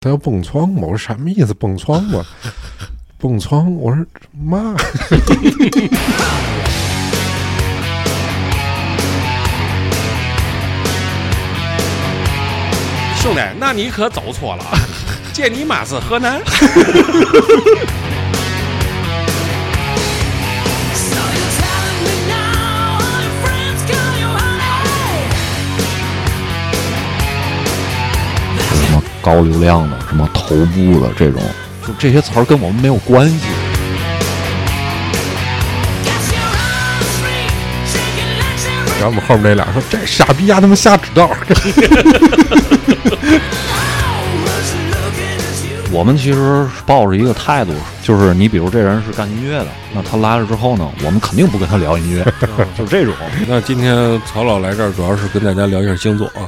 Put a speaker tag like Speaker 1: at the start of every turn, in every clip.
Speaker 1: 他要蹦窗吗？我说什么意思？蹦窗 吗？蹦窗？我说 妈！
Speaker 2: 兄弟，那你可走错 了，这尼玛是河南。
Speaker 3: So you're telling me now all your friends call you honey?
Speaker 4: 什么高流量的、什么头部的这种，就这些词儿跟我们没有关系。
Speaker 3: Got your own street, shaking like
Speaker 1: 然
Speaker 3: you're
Speaker 1: 后我们后面那俩说这傻逼丫他妈瞎指道。
Speaker 3: looking at you.
Speaker 4: 我们其实抱着一个态度，就是你比如这人是干音乐的，那他来了之后呢，我们肯定不跟他聊 音乐，就是这种。
Speaker 2: 那今天曹老来这儿，主要是跟大家聊一下星座啊。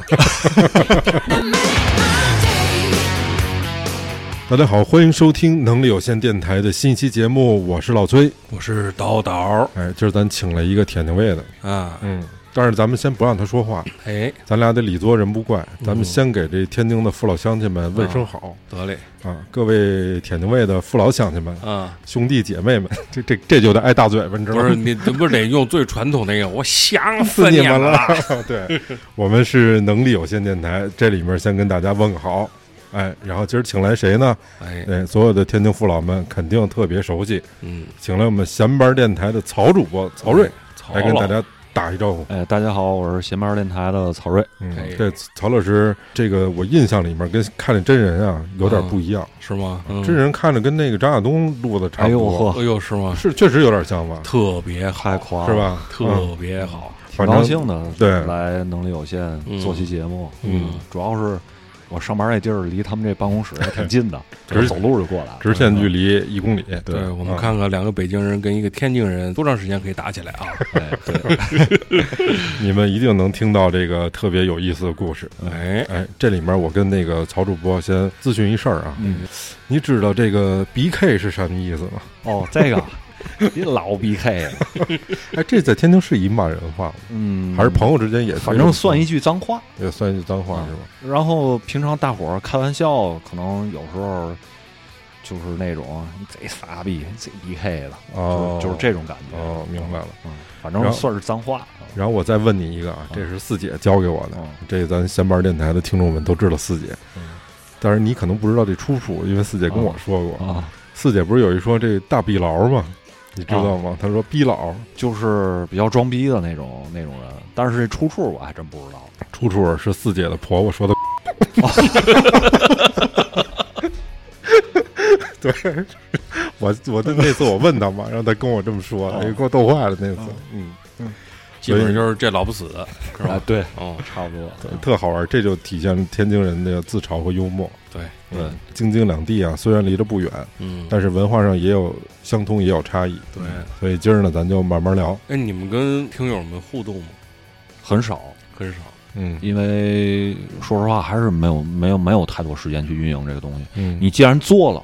Speaker 1: 大家好，欢迎收听能力有限电台的新一期节目，我是老崔。
Speaker 2: 我是导导
Speaker 1: 哎，今儿咱请了一个舔舔味的，
Speaker 2: 啊，
Speaker 1: 嗯，但是咱们先不让他说话，
Speaker 2: 哎，
Speaker 1: 咱俩得礼多人不怪，咱们先给这天津的父老乡亲们问声好、
Speaker 2: 得嘞
Speaker 1: 啊！各位舔舔味的父老乡亲们、
Speaker 2: 啊，
Speaker 1: 兄弟姐妹们，这这这就得挨大嘴巴，你知道
Speaker 2: 不
Speaker 1: 吗？
Speaker 2: 是你，这不是得用最传统那个，我 想
Speaker 1: 死
Speaker 2: 死
Speaker 1: 你
Speaker 2: 们
Speaker 1: 们了！！ 对，我们是能力有限电台，这里面先跟大家问个好，哎，然后今儿请来谁呢？
Speaker 2: 哎，
Speaker 1: 哎，所有的天津父老们肯定特别熟悉，
Speaker 2: 嗯，
Speaker 1: 请来我们闲班电台的曹主播曹睿
Speaker 2: 哎曹
Speaker 1: 来跟大
Speaker 2: 老，
Speaker 1: 家打一招呼。
Speaker 4: 哎，大家好，我是闲班电台的曹睿。
Speaker 1: 嗯
Speaker 2: 哎，
Speaker 1: 这曹老师，这个我印象里面跟看着真人啊有点不一样，
Speaker 2: 是吗？嗯
Speaker 1: 真，人看着跟那个张亚东录的差
Speaker 4: 哎
Speaker 1: 不
Speaker 4: 呦
Speaker 1: 多，
Speaker 4: 呵，
Speaker 2: 哎呦，是吗？
Speaker 1: 是确实有点像吧，
Speaker 2: 特别好
Speaker 4: 太，狂了
Speaker 1: 是？吧？嗯
Speaker 2: 特别好，
Speaker 4: 挺
Speaker 1: 反
Speaker 4: 高
Speaker 1: 正
Speaker 4: 兴的，
Speaker 1: 对
Speaker 4: 来能力有限做期节目，
Speaker 2: 嗯嗯，
Speaker 4: 主要是我上班那地儿离他们这办公室还挺近的，
Speaker 1: 直
Speaker 4: 走 路就过来了。
Speaker 1: 嗯直线距离一公里，对
Speaker 2: 对我们
Speaker 1: 嗯
Speaker 2: 看看两个北京人跟一个天津人多长时间可以打起来啊？
Speaker 4: 哎，对，
Speaker 1: 你们一定能听到这个特别有意思的故事。
Speaker 2: 哎，
Speaker 1: 哎，这里面我跟那个曹主播先咨询一事儿啊，
Speaker 4: 嗯，
Speaker 1: 你知道这个 BK 是什么意思吗？
Speaker 4: 哦，这个你老啊 BK 了，
Speaker 1: 哎，这在天津是一骂人话吗，
Speaker 4: 嗯，
Speaker 1: 还是朋友之间也
Speaker 4: 反正算
Speaker 1: 一
Speaker 4: 一句脏话。
Speaker 1: 也算一句脏话
Speaker 4: 啊
Speaker 1: 是吧？
Speaker 4: 然后平常大伙儿开玩笑，可能有时候就是那种你贼傻逼、贼 BK 的，
Speaker 1: 哦，
Speaker 4: 嗯就是就是这种感觉。
Speaker 1: 哦，明白了。
Speaker 4: 嗯，反
Speaker 1: 然
Speaker 4: 正
Speaker 1: 后
Speaker 4: 算是脏话。
Speaker 1: 然后我再问你一个啊，这是四姐教给我的，
Speaker 4: 嗯
Speaker 1: 这咱闲班电台的听众们都知道四姐，
Speaker 4: 嗯
Speaker 1: 但是你可能不知道这出处，因为四姐跟我说过，
Speaker 4: 啊，
Speaker 1: 四姐不是有一说这大逼牢吗？你知道
Speaker 4: 嗯
Speaker 1: 吗？她说逼牢
Speaker 4: 就是比较装逼的那种那种人，但是这出处我还真不知道。
Speaker 1: 出处是四姐的婆婆说的， 对，我我那次我问她嘛，然后她跟我这么说，
Speaker 4: 哦
Speaker 1: 哎，给我逗坏了那次，嗯，
Speaker 2: 基本上就是这老不死的，是
Speaker 4: 啊
Speaker 2: 吧？，
Speaker 4: 对，
Speaker 2: 哦，
Speaker 4: 差不多。对
Speaker 1: 特好玩，这就体现了天津人的自嘲和幽默。
Speaker 2: 对，
Speaker 4: 对
Speaker 1: 嗯，京津两地啊，虽然离得不远，
Speaker 2: 嗯，
Speaker 1: 但是文化上也有相通，也有差异。
Speaker 2: 对。
Speaker 1: 所以今儿呢，咱就慢慢聊。
Speaker 2: 哎，你们跟听友们互动吗？
Speaker 4: 很少，
Speaker 2: 很少。
Speaker 1: 嗯
Speaker 4: 因为说实话还是没有没有没有太多时间去运营这个东西。
Speaker 1: 嗯
Speaker 4: 你既然做了，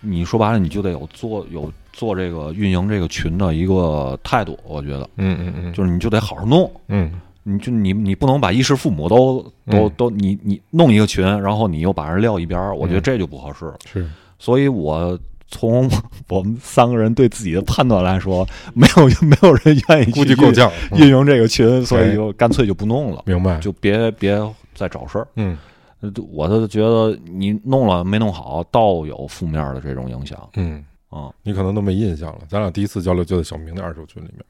Speaker 4: 你说白了你就得有做有做这个运营这个群的一个态度，我觉得
Speaker 1: 嗯嗯嗯
Speaker 4: 就是你就得好好弄，
Speaker 1: 嗯
Speaker 4: 你就你你不能把衣食父母都都
Speaker 1: 嗯
Speaker 4: 都你你弄一个群，然后你又把人撂一边儿，我觉得这就不合适。
Speaker 1: 是
Speaker 4: 所以我从我们三个人对自己的判断来说，没有没有人愿意去
Speaker 1: 估计够呛。嗯
Speaker 4: 运运营这个群，所以就干脆就不弄了，
Speaker 1: 明白。
Speaker 4: 就别别再找事儿。
Speaker 1: 嗯
Speaker 4: 呃我就觉得你弄了没弄好，倒有负面的这种影响
Speaker 1: 嗯，
Speaker 4: 啊、
Speaker 1: 你可能都没印象了。咱俩第一次交流就在小明的二手群里面。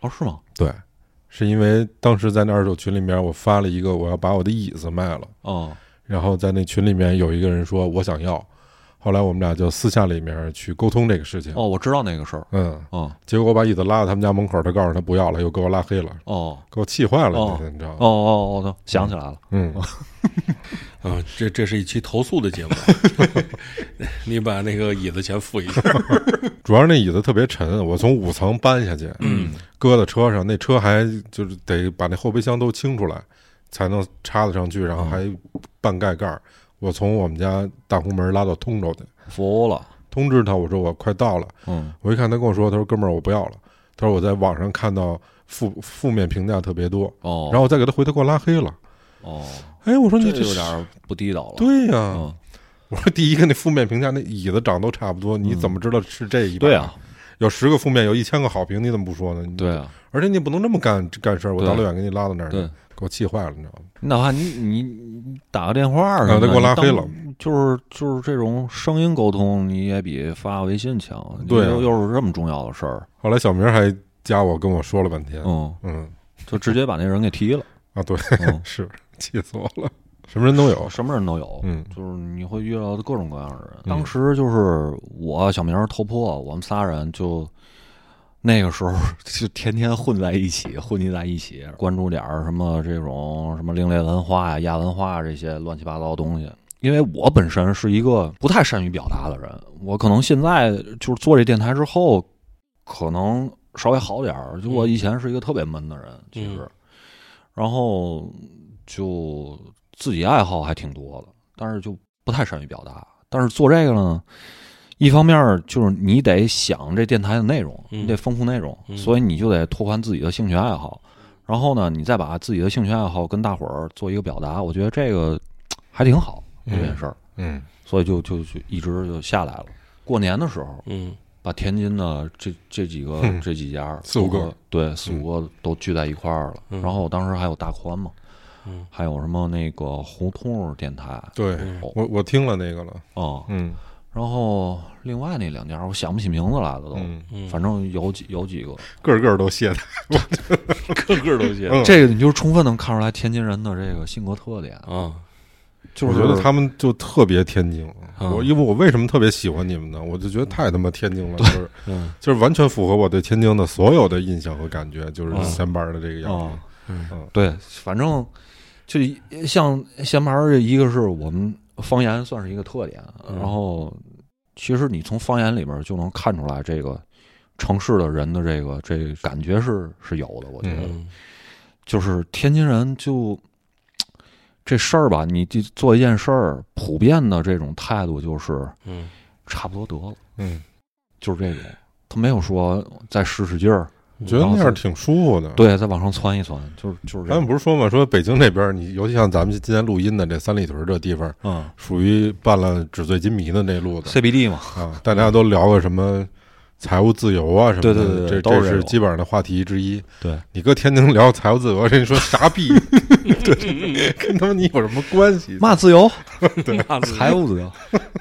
Speaker 4: 哦，是吗？
Speaker 1: 对，是因为当时在那二手群里面，我发了一个我要把我的椅子卖了，
Speaker 4: 哦，
Speaker 1: 然后在那群里面有一个人说我想要，后来我们俩就私下里面去沟通这个事情。
Speaker 4: 哦，我知道那个事儿。
Speaker 1: 嗯，
Speaker 4: 哦
Speaker 1: 结果我把椅子拉到他们家门口，他告诉他不要了，又给我拉黑了，
Speaker 4: 哦
Speaker 1: 给我气坏了，
Speaker 4: 哦
Speaker 1: 你知道吗？
Speaker 4: 哦哦哦，想起来了。
Speaker 1: 嗯，
Speaker 2: 啊，这这是一期投诉的节 目，你把那个椅子钱付一下。
Speaker 1: 主要是那椅子特别沉，我从五层搬下去，嗯，搁到车上，那车还就是得把那后备箱都清出来，才能插得上去，
Speaker 4: 哦
Speaker 1: 然后还半盖盖儿。我从我们家大红门拉到通州去，
Speaker 4: 服了。
Speaker 1: 通知他，我说我快到了。
Speaker 4: 嗯，
Speaker 1: 我一看他跟我说，他说哥们儿我不要了，他说我在网上看到负负面评价特别多，
Speaker 4: 哦，
Speaker 1: 然后我再给他回，他给我拉黑了。
Speaker 4: 哦，
Speaker 1: 哎，我说你
Speaker 4: 这
Speaker 1: 这
Speaker 4: 有点不地道了。
Speaker 1: 对呀、
Speaker 4: 嗯，
Speaker 1: 我说第一个那负面评价，那椅子长都差不多，你怎么知道是这一版？
Speaker 4: 对啊，，
Speaker 1: 有十个负面，有一千个好评，你怎么不说呢？你
Speaker 4: 对，啊，
Speaker 1: 而且你不能这么干干事儿，我
Speaker 4: 对
Speaker 1: 大老远给你拉到那儿去，
Speaker 4: 对
Speaker 1: 给我气坏了，你知道吗？
Speaker 4: 哪怕你你你打个电话什么
Speaker 1: 啊，
Speaker 4: 的
Speaker 1: 他给我拉
Speaker 4: 你当
Speaker 1: 黑了，
Speaker 4: 就是就是这种声音沟通，你也比发微信强，
Speaker 1: 对啊
Speaker 4: 又又是这么重要的事儿，
Speaker 1: 后来小明还加我，跟我说了半天，
Speaker 4: 嗯，
Speaker 1: 嗯
Speaker 4: 就直接把那人给踢 了，
Speaker 1: 啊，对，，
Speaker 4: 嗯
Speaker 1: 是气死我了，什么人都有，
Speaker 4: 什么人都有，
Speaker 1: 嗯
Speaker 4: 就是你会遇到各种各样的人。
Speaker 1: 嗯
Speaker 4: 当时就是我小明儿头破，我们仨人就那个时候 就天天混在一起，混迹在一起，关注点儿什么这种什么另类文化呀、亚文化这些乱七八糟的东西。因为我本身是一个不太善于表达的人，我可能现在就是做这电台之后，可能稍微好点儿。就我以前是一个特别闷的人，其实，
Speaker 2: 嗯
Speaker 4: 然后就自己爱好还挺多的，但是就不太善于表达。但是做这个呢，一方面就是你得想这电台的内容，
Speaker 2: 嗯
Speaker 4: 你得丰富内容，
Speaker 2: 嗯
Speaker 4: 所以你就得拓宽自己的兴趣爱好。然后呢，你再把自己的兴趣爱好跟大伙儿做一个表达，我觉得这个还挺好这件事儿，
Speaker 1: 嗯
Speaker 4: 所以就就就一直就下来了。过年的时候，
Speaker 2: 嗯
Speaker 4: 把天津的这这几个、
Speaker 1: 嗯
Speaker 4: 这几家
Speaker 1: 四五个嗯
Speaker 4: 包括对四五个都聚在一块儿了。
Speaker 2: 嗯
Speaker 4: 然后当时还有大宽嘛，
Speaker 2: 嗯
Speaker 4: 还有什么那个胡同儿电台，
Speaker 1: 对
Speaker 2: 嗯
Speaker 4: 哦
Speaker 1: 我我听了那个了，
Speaker 4: 哦、
Speaker 1: 嗯
Speaker 4: 然后另外那两家我想不起名字来了都，
Speaker 1: 嗯，
Speaker 2: 嗯，
Speaker 4: 反正有几有几个。
Speaker 1: 个个都谢他，
Speaker 2: 个个都接
Speaker 1: 嗯
Speaker 4: 这个你就充分能看出来天津人的这个性格特点，
Speaker 2: 啊，
Speaker 4: 就
Speaker 1: 我
Speaker 4: 是
Speaker 1: 觉得他们就特别天津。
Speaker 2: 嗯
Speaker 1: 我因为我为什么特别喜欢你们呢？我就觉得太他妈天津了，就是
Speaker 2: 嗯
Speaker 1: 就是完全符合我对天津的所有的印象和感觉，就是
Speaker 2: 嗯
Speaker 1: 三班的这个样子
Speaker 4: 哦。
Speaker 2: 嗯
Speaker 1: 嗯
Speaker 4: 对，反正就一像闲牌儿，一个是我们方言算是一个特点，
Speaker 2: 嗯
Speaker 4: 然后其实你从方言里面就能看出来这个城市的人的这个这个感觉是是有的，我觉得、
Speaker 2: 嗯
Speaker 4: 就是天津人就。这事儿吧，你就做一件事儿，普遍的这种态度就是
Speaker 2: 嗯
Speaker 4: 差不多得了，
Speaker 1: 嗯，
Speaker 4: 就是这种。他没有说再使使劲儿，
Speaker 1: 我觉得那样挺舒服的。，
Speaker 4: 对，再往上窜一窜，就是就是
Speaker 1: 咱
Speaker 4: 这
Speaker 1: 们
Speaker 4: 样。
Speaker 1: 不是说嘛，说北京这边，你尤其像咱们今天录音的这三里屯这地方，
Speaker 4: 嗯
Speaker 1: 属于办了纸醉金迷的那路子
Speaker 4: ，CBD 嘛，
Speaker 1: 啊。大家都聊个什么财务自由啊什么的，
Speaker 4: 对对对对
Speaker 1: 这
Speaker 4: 都是
Speaker 1: 这
Speaker 4: 这
Speaker 1: 是
Speaker 4: 种
Speaker 1: 基本上的话题之一。
Speaker 4: 对，
Speaker 1: 你搁天津聊财务自由，人家说傻 逼，对，跟他妈你有什么关系？
Speaker 4: 骂自由，
Speaker 2: 那自己
Speaker 4: 财务 自由，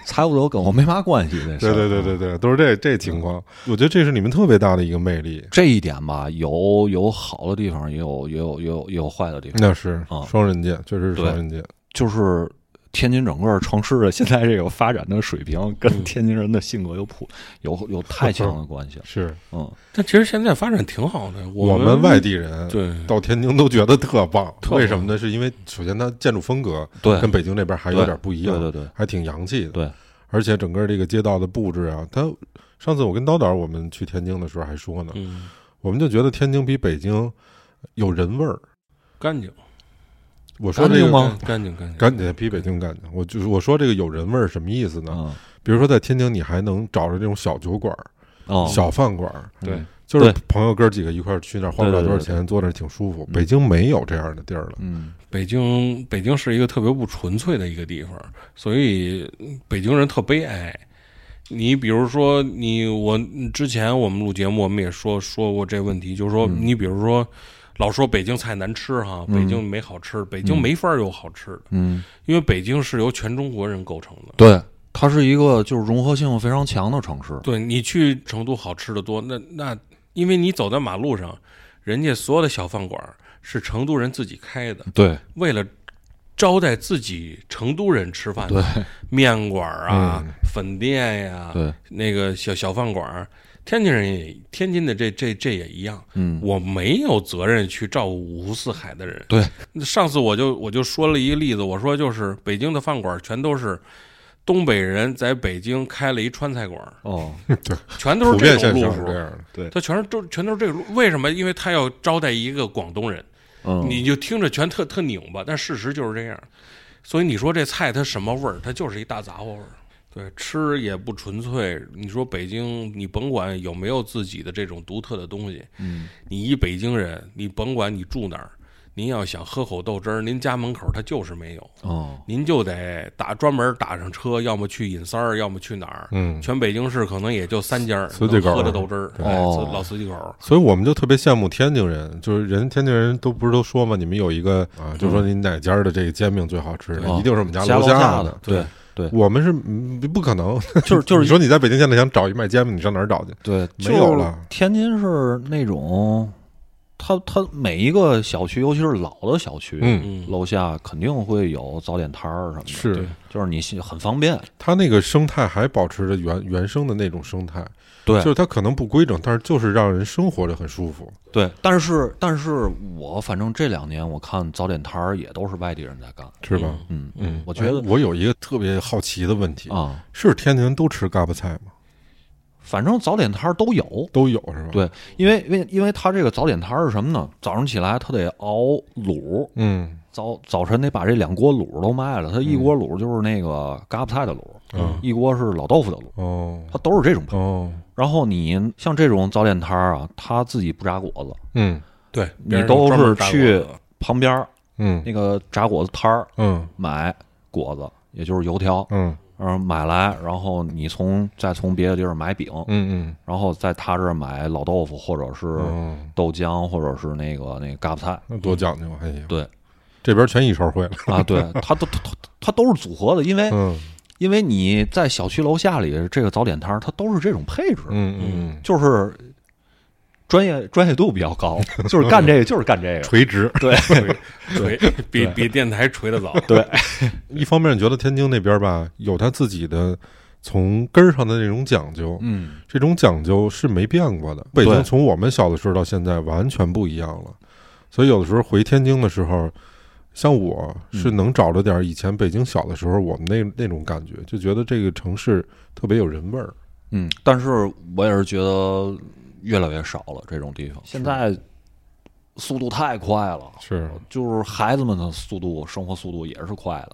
Speaker 4: 财务自由跟我没嘛关系。这事
Speaker 1: 对
Speaker 4: 儿
Speaker 1: 对对，对对，都是这这情况。我觉得这是你们特别大的一个魅力。
Speaker 4: 这一点吧，有有好的地方，也有也有也有也有坏的地方。
Speaker 1: 那是
Speaker 4: 啊
Speaker 1: 双刃剑，确实是
Speaker 4: 对
Speaker 1: 双刃剑。
Speaker 4: 就是天津整个城市的现在这个发展的水平，
Speaker 1: 嗯
Speaker 4: 跟天津人的性格有普有有太强的关系了。
Speaker 1: 是
Speaker 4: 嗯，
Speaker 2: 但其实现在发展挺好的，
Speaker 1: 我
Speaker 2: 们
Speaker 1: 们外地人
Speaker 2: 对
Speaker 1: 到天津都觉得特棒，
Speaker 2: 特棒
Speaker 1: 为什么呢？是因为首先它建筑风格
Speaker 4: 对，
Speaker 1: 跟北京这边还有点不一样，
Speaker 4: 对对对
Speaker 1: 还挺洋气的。
Speaker 4: 对，
Speaker 1: 而且整个这个街道的布置啊，它上次我跟刀导我们去天津的时候还说呢，
Speaker 2: 嗯
Speaker 1: 我们就觉得天津比北京有人味儿。
Speaker 2: 干净
Speaker 1: 我说
Speaker 4: 干
Speaker 1: 这
Speaker 4: 净
Speaker 1: 个
Speaker 4: 吗
Speaker 2: 干干净干净
Speaker 1: 干哎净比北京干净，我就是我说这个有人味儿什么意思呢？
Speaker 4: 嗯
Speaker 1: 比如说在天津，你还能找着这种小酒馆儿、
Speaker 4: 哦，
Speaker 1: 小饭馆儿，
Speaker 2: 对
Speaker 1: 就是
Speaker 4: 对
Speaker 1: 朋友哥几个一块儿去那儿，花不了多少钱，坐那儿挺舒服。
Speaker 4: 嗯
Speaker 1: 北京没有这样的地儿了，
Speaker 4: 嗯
Speaker 2: 北京，北京是一个特别不纯粹的一个地方，所以嗯北京人特悲哀。你比如说，你我嗯之前我们录节目，我们也说说过这问题，就是说，你比如说，老说北京菜难吃哈，北京没好吃，北京没法儿有好吃的，
Speaker 4: 嗯，
Speaker 2: 因为北京是由全中国人构成的。
Speaker 4: 对，它是一个就是融合性非常强的城市。
Speaker 2: 对你去成都好吃的多，那那因为你走在马路上，人家所有的小饭馆儿是成都人自己开的，
Speaker 4: 对
Speaker 2: 为了招待自己成都人吃饭的面馆儿啊、
Speaker 1: 嗯
Speaker 2: 粉店呀、
Speaker 4: 对，
Speaker 2: 那个小小饭馆儿，天津人也天津的这这这也一样。
Speaker 1: 啊
Speaker 4: 嗯
Speaker 2: 我没有责任去照顾五湖四海的人。
Speaker 4: 对，
Speaker 2: 上次我就我就说了一个例子，我说就是北京的饭馆儿全都是东北人在北京开了一川菜馆儿，
Speaker 4: 哦，
Speaker 2: 全都
Speaker 1: 普
Speaker 2: 是这
Speaker 1: 遍
Speaker 2: 种
Speaker 1: 现
Speaker 2: 路
Speaker 1: 象是
Speaker 2: 数
Speaker 1: 这。样的。
Speaker 2: 他全是都全都是这个路，为什么？因为他要招待一个广东人，
Speaker 4: 嗯
Speaker 2: 你就听着全特特拧巴，但事实就是这样。所以你说这菜它什么味儿？它就是一大杂货味儿。对，吃也不纯粹。你说北京，你甭管有没有自己的这种独特的东西，
Speaker 4: 嗯
Speaker 2: 你一北京人，你甭管你住哪儿，您要想喝口豆汁儿，您家门口它就是没有，
Speaker 4: 哦，
Speaker 2: 您就得打专门打上车，要么去尹三儿，要么去哪儿。
Speaker 1: 嗯
Speaker 2: 全北京市可能也就三家儿
Speaker 1: 司机口
Speaker 2: 能喝的豆汁儿，
Speaker 1: 对
Speaker 2: 哎
Speaker 4: 哦
Speaker 2: 老司机口儿。
Speaker 1: 所以我们就特别羡慕天津人，就是人天津人都不是都说嘛，你们有一个
Speaker 4: 嗯
Speaker 1: 啊，就说你哪家的这个煎饼最好吃的，
Speaker 4: 哦
Speaker 1: 一定是我们家
Speaker 4: 家
Speaker 1: 楼
Speaker 4: 楼
Speaker 1: 下
Speaker 4: 的
Speaker 1: 的。，
Speaker 4: 对对
Speaker 1: 我们是嗯不可能，
Speaker 4: 就是就
Speaker 1: 你
Speaker 4: 是
Speaker 1: 说你在北京现在想找一卖煎饼，你上哪儿找去？
Speaker 4: 对，
Speaker 1: 没
Speaker 4: 就
Speaker 1: 有
Speaker 4: 是
Speaker 1: 了
Speaker 4: 天津是那种，它它每一个小区，尤其是老的小区，
Speaker 1: 嗯，
Speaker 2: 嗯，
Speaker 4: 楼下肯定会有早点摊儿什么的，
Speaker 1: 是
Speaker 2: 对
Speaker 4: 就是你信很方便，
Speaker 1: 它那个生态还保持着原原生的那种生态，
Speaker 4: 对
Speaker 1: 就是它可能不规整，但是就是让人生活着很舒服。
Speaker 4: 对。但是但是我反正这两年我看早点摊儿也都是外地人在干，
Speaker 1: 是吧？
Speaker 4: 嗯
Speaker 1: 嗯，
Speaker 4: 我觉得
Speaker 1: 哎我有一个特别好奇的问题，
Speaker 2: 嗯
Speaker 4: 啊，
Speaker 1: 是天津人都吃嘎巴菜吗？
Speaker 4: 反正早点摊儿都有。
Speaker 1: 都有是吧？，
Speaker 2: 嗯
Speaker 4: 对，因为因为因为他这个早点摊儿是什么呢？早上起来他得熬卤，
Speaker 1: 嗯
Speaker 4: 早早晨得把这两锅卤都卖了。
Speaker 2: 嗯
Speaker 4: 他一锅卤就是那个嘎巴菜的卤，
Speaker 1: 嗯
Speaker 4: 一锅是老豆腐的卤，
Speaker 2: 嗯
Speaker 1: 哦
Speaker 4: 它都是这种配。
Speaker 1: 哦
Speaker 4: 然后你像这种早点摊儿啊，他自己不炸果子，
Speaker 1: 嗯
Speaker 2: 对，
Speaker 4: 你
Speaker 2: 别人
Speaker 4: 都
Speaker 2: 专门
Speaker 4: 是
Speaker 2: 炸
Speaker 4: 去
Speaker 2: 过的
Speaker 4: 旁边儿
Speaker 1: 嗯
Speaker 4: 那个炸果子摊儿
Speaker 1: 嗯
Speaker 4: 买果子，也就是油条，
Speaker 1: 嗯
Speaker 4: 然后买来，然后你从再从别的地儿买饼，
Speaker 1: 嗯
Speaker 4: 然后在他这儿买老豆腐或者是
Speaker 1: 嗯哦，
Speaker 4: 豆浆或者是那个那个嘎巴菜。
Speaker 1: 那多讲究啊！哎呀，
Speaker 4: 对
Speaker 1: 这边全一手会了。
Speaker 4: 啊，对，它都它它它都是组合的，因为
Speaker 1: 嗯
Speaker 4: 因为你在小区楼下里这个早点摊儿，它都是这种配置，
Speaker 1: 嗯嗯，
Speaker 4: 就是专业专业度比较 高，就是干这个就是干这个，
Speaker 1: 垂直。
Speaker 4: 对
Speaker 2: 锤， 比比电台锤的早。
Speaker 4: 对，
Speaker 1: 一方面觉得天津那边吧，有他自己的从根儿上的那种讲究，
Speaker 4: 嗯，
Speaker 1: 这种讲究是没变过的。北京从我们小的时候到现在完全不一样了，所以有的时候回天津的时候，像我是能找着点以前北京小的时候我们那那种感觉，就觉得这个城市特别有人味儿。
Speaker 4: 嗯，但是我也是觉得越来越少了这种地方，现在速度太快了，
Speaker 1: 是，
Speaker 4: 就是孩子们的速度、生活速度也是快的。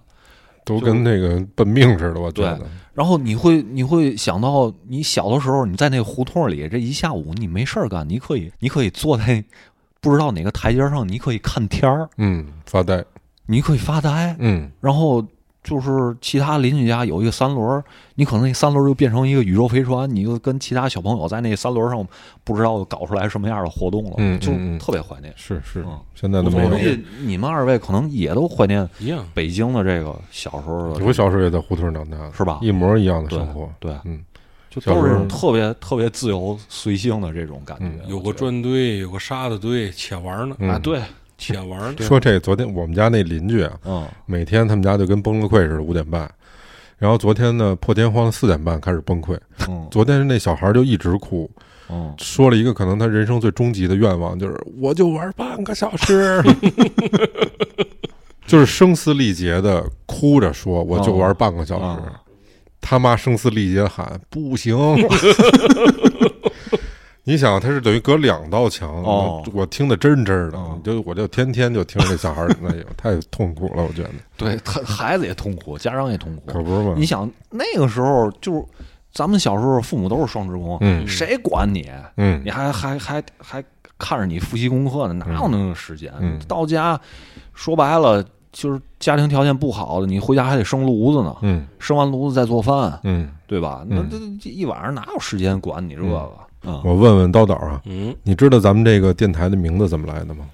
Speaker 1: 都跟那个奔命似的，我觉得
Speaker 4: 对。然后你会你会想到，你小的时候你在那个胡同里，这一下午你没事儿干，你可以你可以坐在不知道哪个台阶上，你可以看天儿，
Speaker 1: 嗯，发呆。
Speaker 4: 你可以发呆，
Speaker 1: 嗯，
Speaker 4: 然后就是其他邻居家有一个三轮儿，你可能那三轮儿就变成一个宇宙飞船，你就跟其他小朋友在那三轮儿上不知道搞出来什么样的活动了，
Speaker 1: 嗯嗯
Speaker 4: 就
Speaker 1: 嗯
Speaker 4: 特别怀念。
Speaker 1: 是是
Speaker 4: 嗯，
Speaker 1: 现在都没
Speaker 4: 我
Speaker 1: 有
Speaker 4: 估。计你们二位可能也都怀念
Speaker 2: 一样，
Speaker 4: 北京的这个小时候的，
Speaker 1: 我小时候也在胡同长大的，
Speaker 4: 是吧啊
Speaker 1: 一模一样的
Speaker 4: 对
Speaker 1: 生活。
Speaker 4: 对，
Speaker 1: 嗯，
Speaker 4: 就
Speaker 1: 小
Speaker 4: 都
Speaker 1: 时
Speaker 4: 是
Speaker 1: 候
Speaker 4: 特别特别自由随性的这种感觉
Speaker 1: 嗯。
Speaker 2: 有
Speaker 4: 个
Speaker 2: 个砖堆，有个沙子堆，且玩呢，
Speaker 1: 嗯
Speaker 4: 啊，对，
Speaker 2: 且玩呢。
Speaker 1: 说这昨天我们家那邻居啊，
Speaker 4: 嗯
Speaker 1: 每天他们家就跟崩了溃似的，五点半。然后昨天呢，破天荒四点半开始崩溃。
Speaker 4: 嗯
Speaker 1: 昨天那小孩就一直哭，
Speaker 4: 嗯，
Speaker 1: 说了一个可能他人生最终极的愿望，就是我就玩半个小 时，就是声嘶力竭的哭着说我就玩半个小时。
Speaker 4: 哦
Speaker 1: 他妈声嘶力竭地喊不 行。你想，他是等于隔两道墙，
Speaker 4: 哦
Speaker 1: 我听得真真的，
Speaker 4: 哦
Speaker 1: 你就我就天天就听着这小孩儿那有太痛苦了，我觉得
Speaker 4: 对，他孩子也痛苦，家长也痛苦。
Speaker 1: 可不是吗？
Speaker 4: 你想那个时候就是咱们小时候父母都是双职工，
Speaker 1: 嗯
Speaker 4: 谁管你？
Speaker 1: 嗯
Speaker 4: 你还还还还看着你复习功课呢，哪有那个时间？
Speaker 1: 嗯
Speaker 4: 到家说白了就是家庭条件不好的，你回家还得生炉子呢，
Speaker 1: 嗯
Speaker 4: 生完炉子再做饭，
Speaker 1: 嗯，
Speaker 4: 对吧？那这这一晚上哪有时间管你这个啊？
Speaker 1: 我问问叨叨啊，
Speaker 2: 嗯，
Speaker 1: 你知道咱们这个电台的名字怎么来的吗？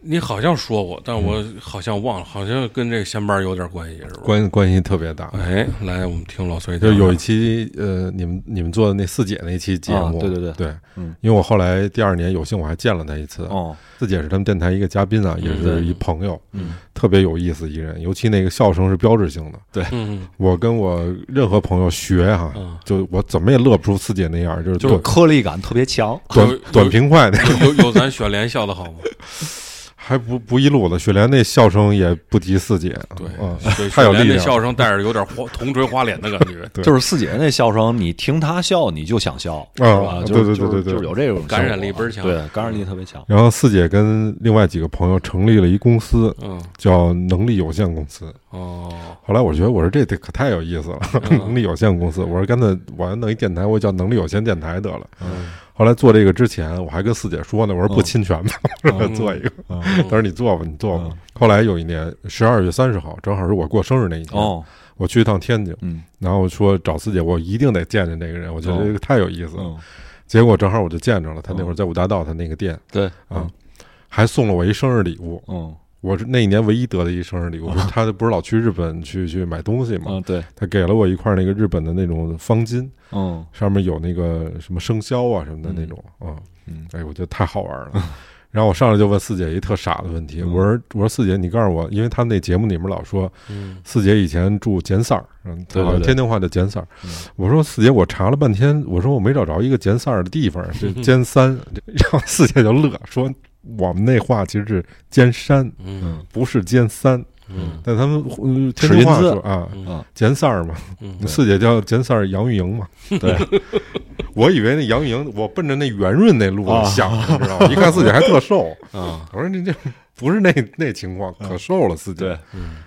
Speaker 2: 你好像说过，
Speaker 1: 嗯
Speaker 2: 但我好像忘了，好像跟这个闲班儿有点关系，是吧？
Speaker 1: 关关系特别大，
Speaker 2: 哎，来，我们听老崔
Speaker 1: 就
Speaker 2: 讲
Speaker 4: 啊
Speaker 1: 是
Speaker 2: 讲，
Speaker 1: 有一期呃，你们你们做的那四姐那期节目，
Speaker 4: 啊对对对
Speaker 1: 对，
Speaker 4: 嗯
Speaker 1: 因为我后来第二年有幸我还见了她一次，
Speaker 4: 哦，
Speaker 1: 四姐是他们电台一个嘉宾啊，也是一朋友，
Speaker 4: 嗯，
Speaker 1: 特别有意思一人，尤其那个笑声是标志性的，
Speaker 2: 嗯，
Speaker 1: 我跟我任何朋友学哈、
Speaker 2: 嗯
Speaker 1: 就我怎么也乐不出四姐那样，就是
Speaker 4: 啊就是
Speaker 1: 短
Speaker 4: 颗粒感特别强。
Speaker 2: 有
Speaker 1: 短
Speaker 2: 有
Speaker 1: 短平快的，
Speaker 2: 有有有咱选联笑的好吗？
Speaker 1: 还不不一路子，雪莲那笑声也不及四姐，
Speaker 2: 对
Speaker 1: 啊，
Speaker 2: 对，
Speaker 1: 太有
Speaker 2: 雪
Speaker 1: 力
Speaker 2: 莲那
Speaker 1: 量了，
Speaker 2: 笑声带着有点花铜锤花脸的感觉，
Speaker 1: 对
Speaker 4: 就是四姐那笑声，你听她笑，你就想笑，是
Speaker 1: 啊
Speaker 4: 吧？就
Speaker 1: 对
Speaker 4: 是
Speaker 1: 对对
Speaker 4: 就是
Speaker 1: 对对
Speaker 4: 就是有这种
Speaker 2: 感染力倍儿强
Speaker 4: 对，感染力特别强。
Speaker 1: 然后四姐跟另外几个朋友成立了一公司，
Speaker 2: 嗯
Speaker 1: 叫能力有限公司，
Speaker 2: 哦，嗯
Speaker 1: 后来我觉得我说这得可太有意思了， 能力有限公
Speaker 4: 嗯
Speaker 1: 司。我说干脆我还弄一电台，我叫能力有限电台得了。
Speaker 4: 嗯
Speaker 1: 后来做这个之前，我还跟四姐说呢，我说不侵权吧，我
Speaker 4: 嗯
Speaker 1: 说做一个。她说你做吧，你做吧。后来有一年十二月三十号，正好是我过生日那一天，
Speaker 4: 哦，
Speaker 1: 我去一趟天津，
Speaker 4: 嗯
Speaker 1: 然后说找四姐，我一定得见见这个人，我觉得
Speaker 4: 哦
Speaker 1: 这个太有意思了。
Speaker 4: 嗯，
Speaker 1: 结果正好我就见着了，他那会儿在五大道他那个店
Speaker 4: 对，
Speaker 1: 啊，还送了我一生日礼物。
Speaker 4: 嗯
Speaker 1: 我是那一年唯一得的一生日礼物，他不是老去日本去去买东西嘛，
Speaker 4: 啊嗯对，
Speaker 1: 他给了我一块那个日本的那种方巾，
Speaker 4: 嗯
Speaker 1: 上面有那个什么生肖啊什么的那种啊，
Speaker 4: 嗯，
Speaker 1: 哎，我觉得太好玩了。然后我上来就问四姐一特傻的问题，
Speaker 4: 嗯
Speaker 1: 我说我说四姐，你告诉我，因为他们那节目里面老说
Speaker 2: 嗯
Speaker 1: 四姐以前住简三儿，嗯，
Speaker 4: 对对
Speaker 1: 好像
Speaker 4: 对
Speaker 1: 天津话叫简三儿
Speaker 4: 嗯。
Speaker 1: 我说四姐，我查了半天，我说我没找着一个简三儿的地方，是简 三。然后四姐就乐说，我们那话其实是尖山，
Speaker 2: 嗯
Speaker 1: 不是尖三。
Speaker 2: 嗯
Speaker 1: 但他们呃天
Speaker 4: 齿
Speaker 1: 津
Speaker 4: 音
Speaker 1: 话
Speaker 4: 字
Speaker 1: 说啊，
Speaker 2: 嗯
Speaker 1: 简三儿嘛，
Speaker 2: 嗯
Speaker 1: 四姐叫简三儿杨钰莹嘛。
Speaker 4: 对，
Speaker 1: 我以为那杨钰莹，我奔着那圆润那路
Speaker 4: 啊
Speaker 1: 子想，你知道吗？一看四姐还特瘦，
Speaker 2: 啊，
Speaker 1: 我说你这不是那那情况，可瘦了四姐。
Speaker 4: 对，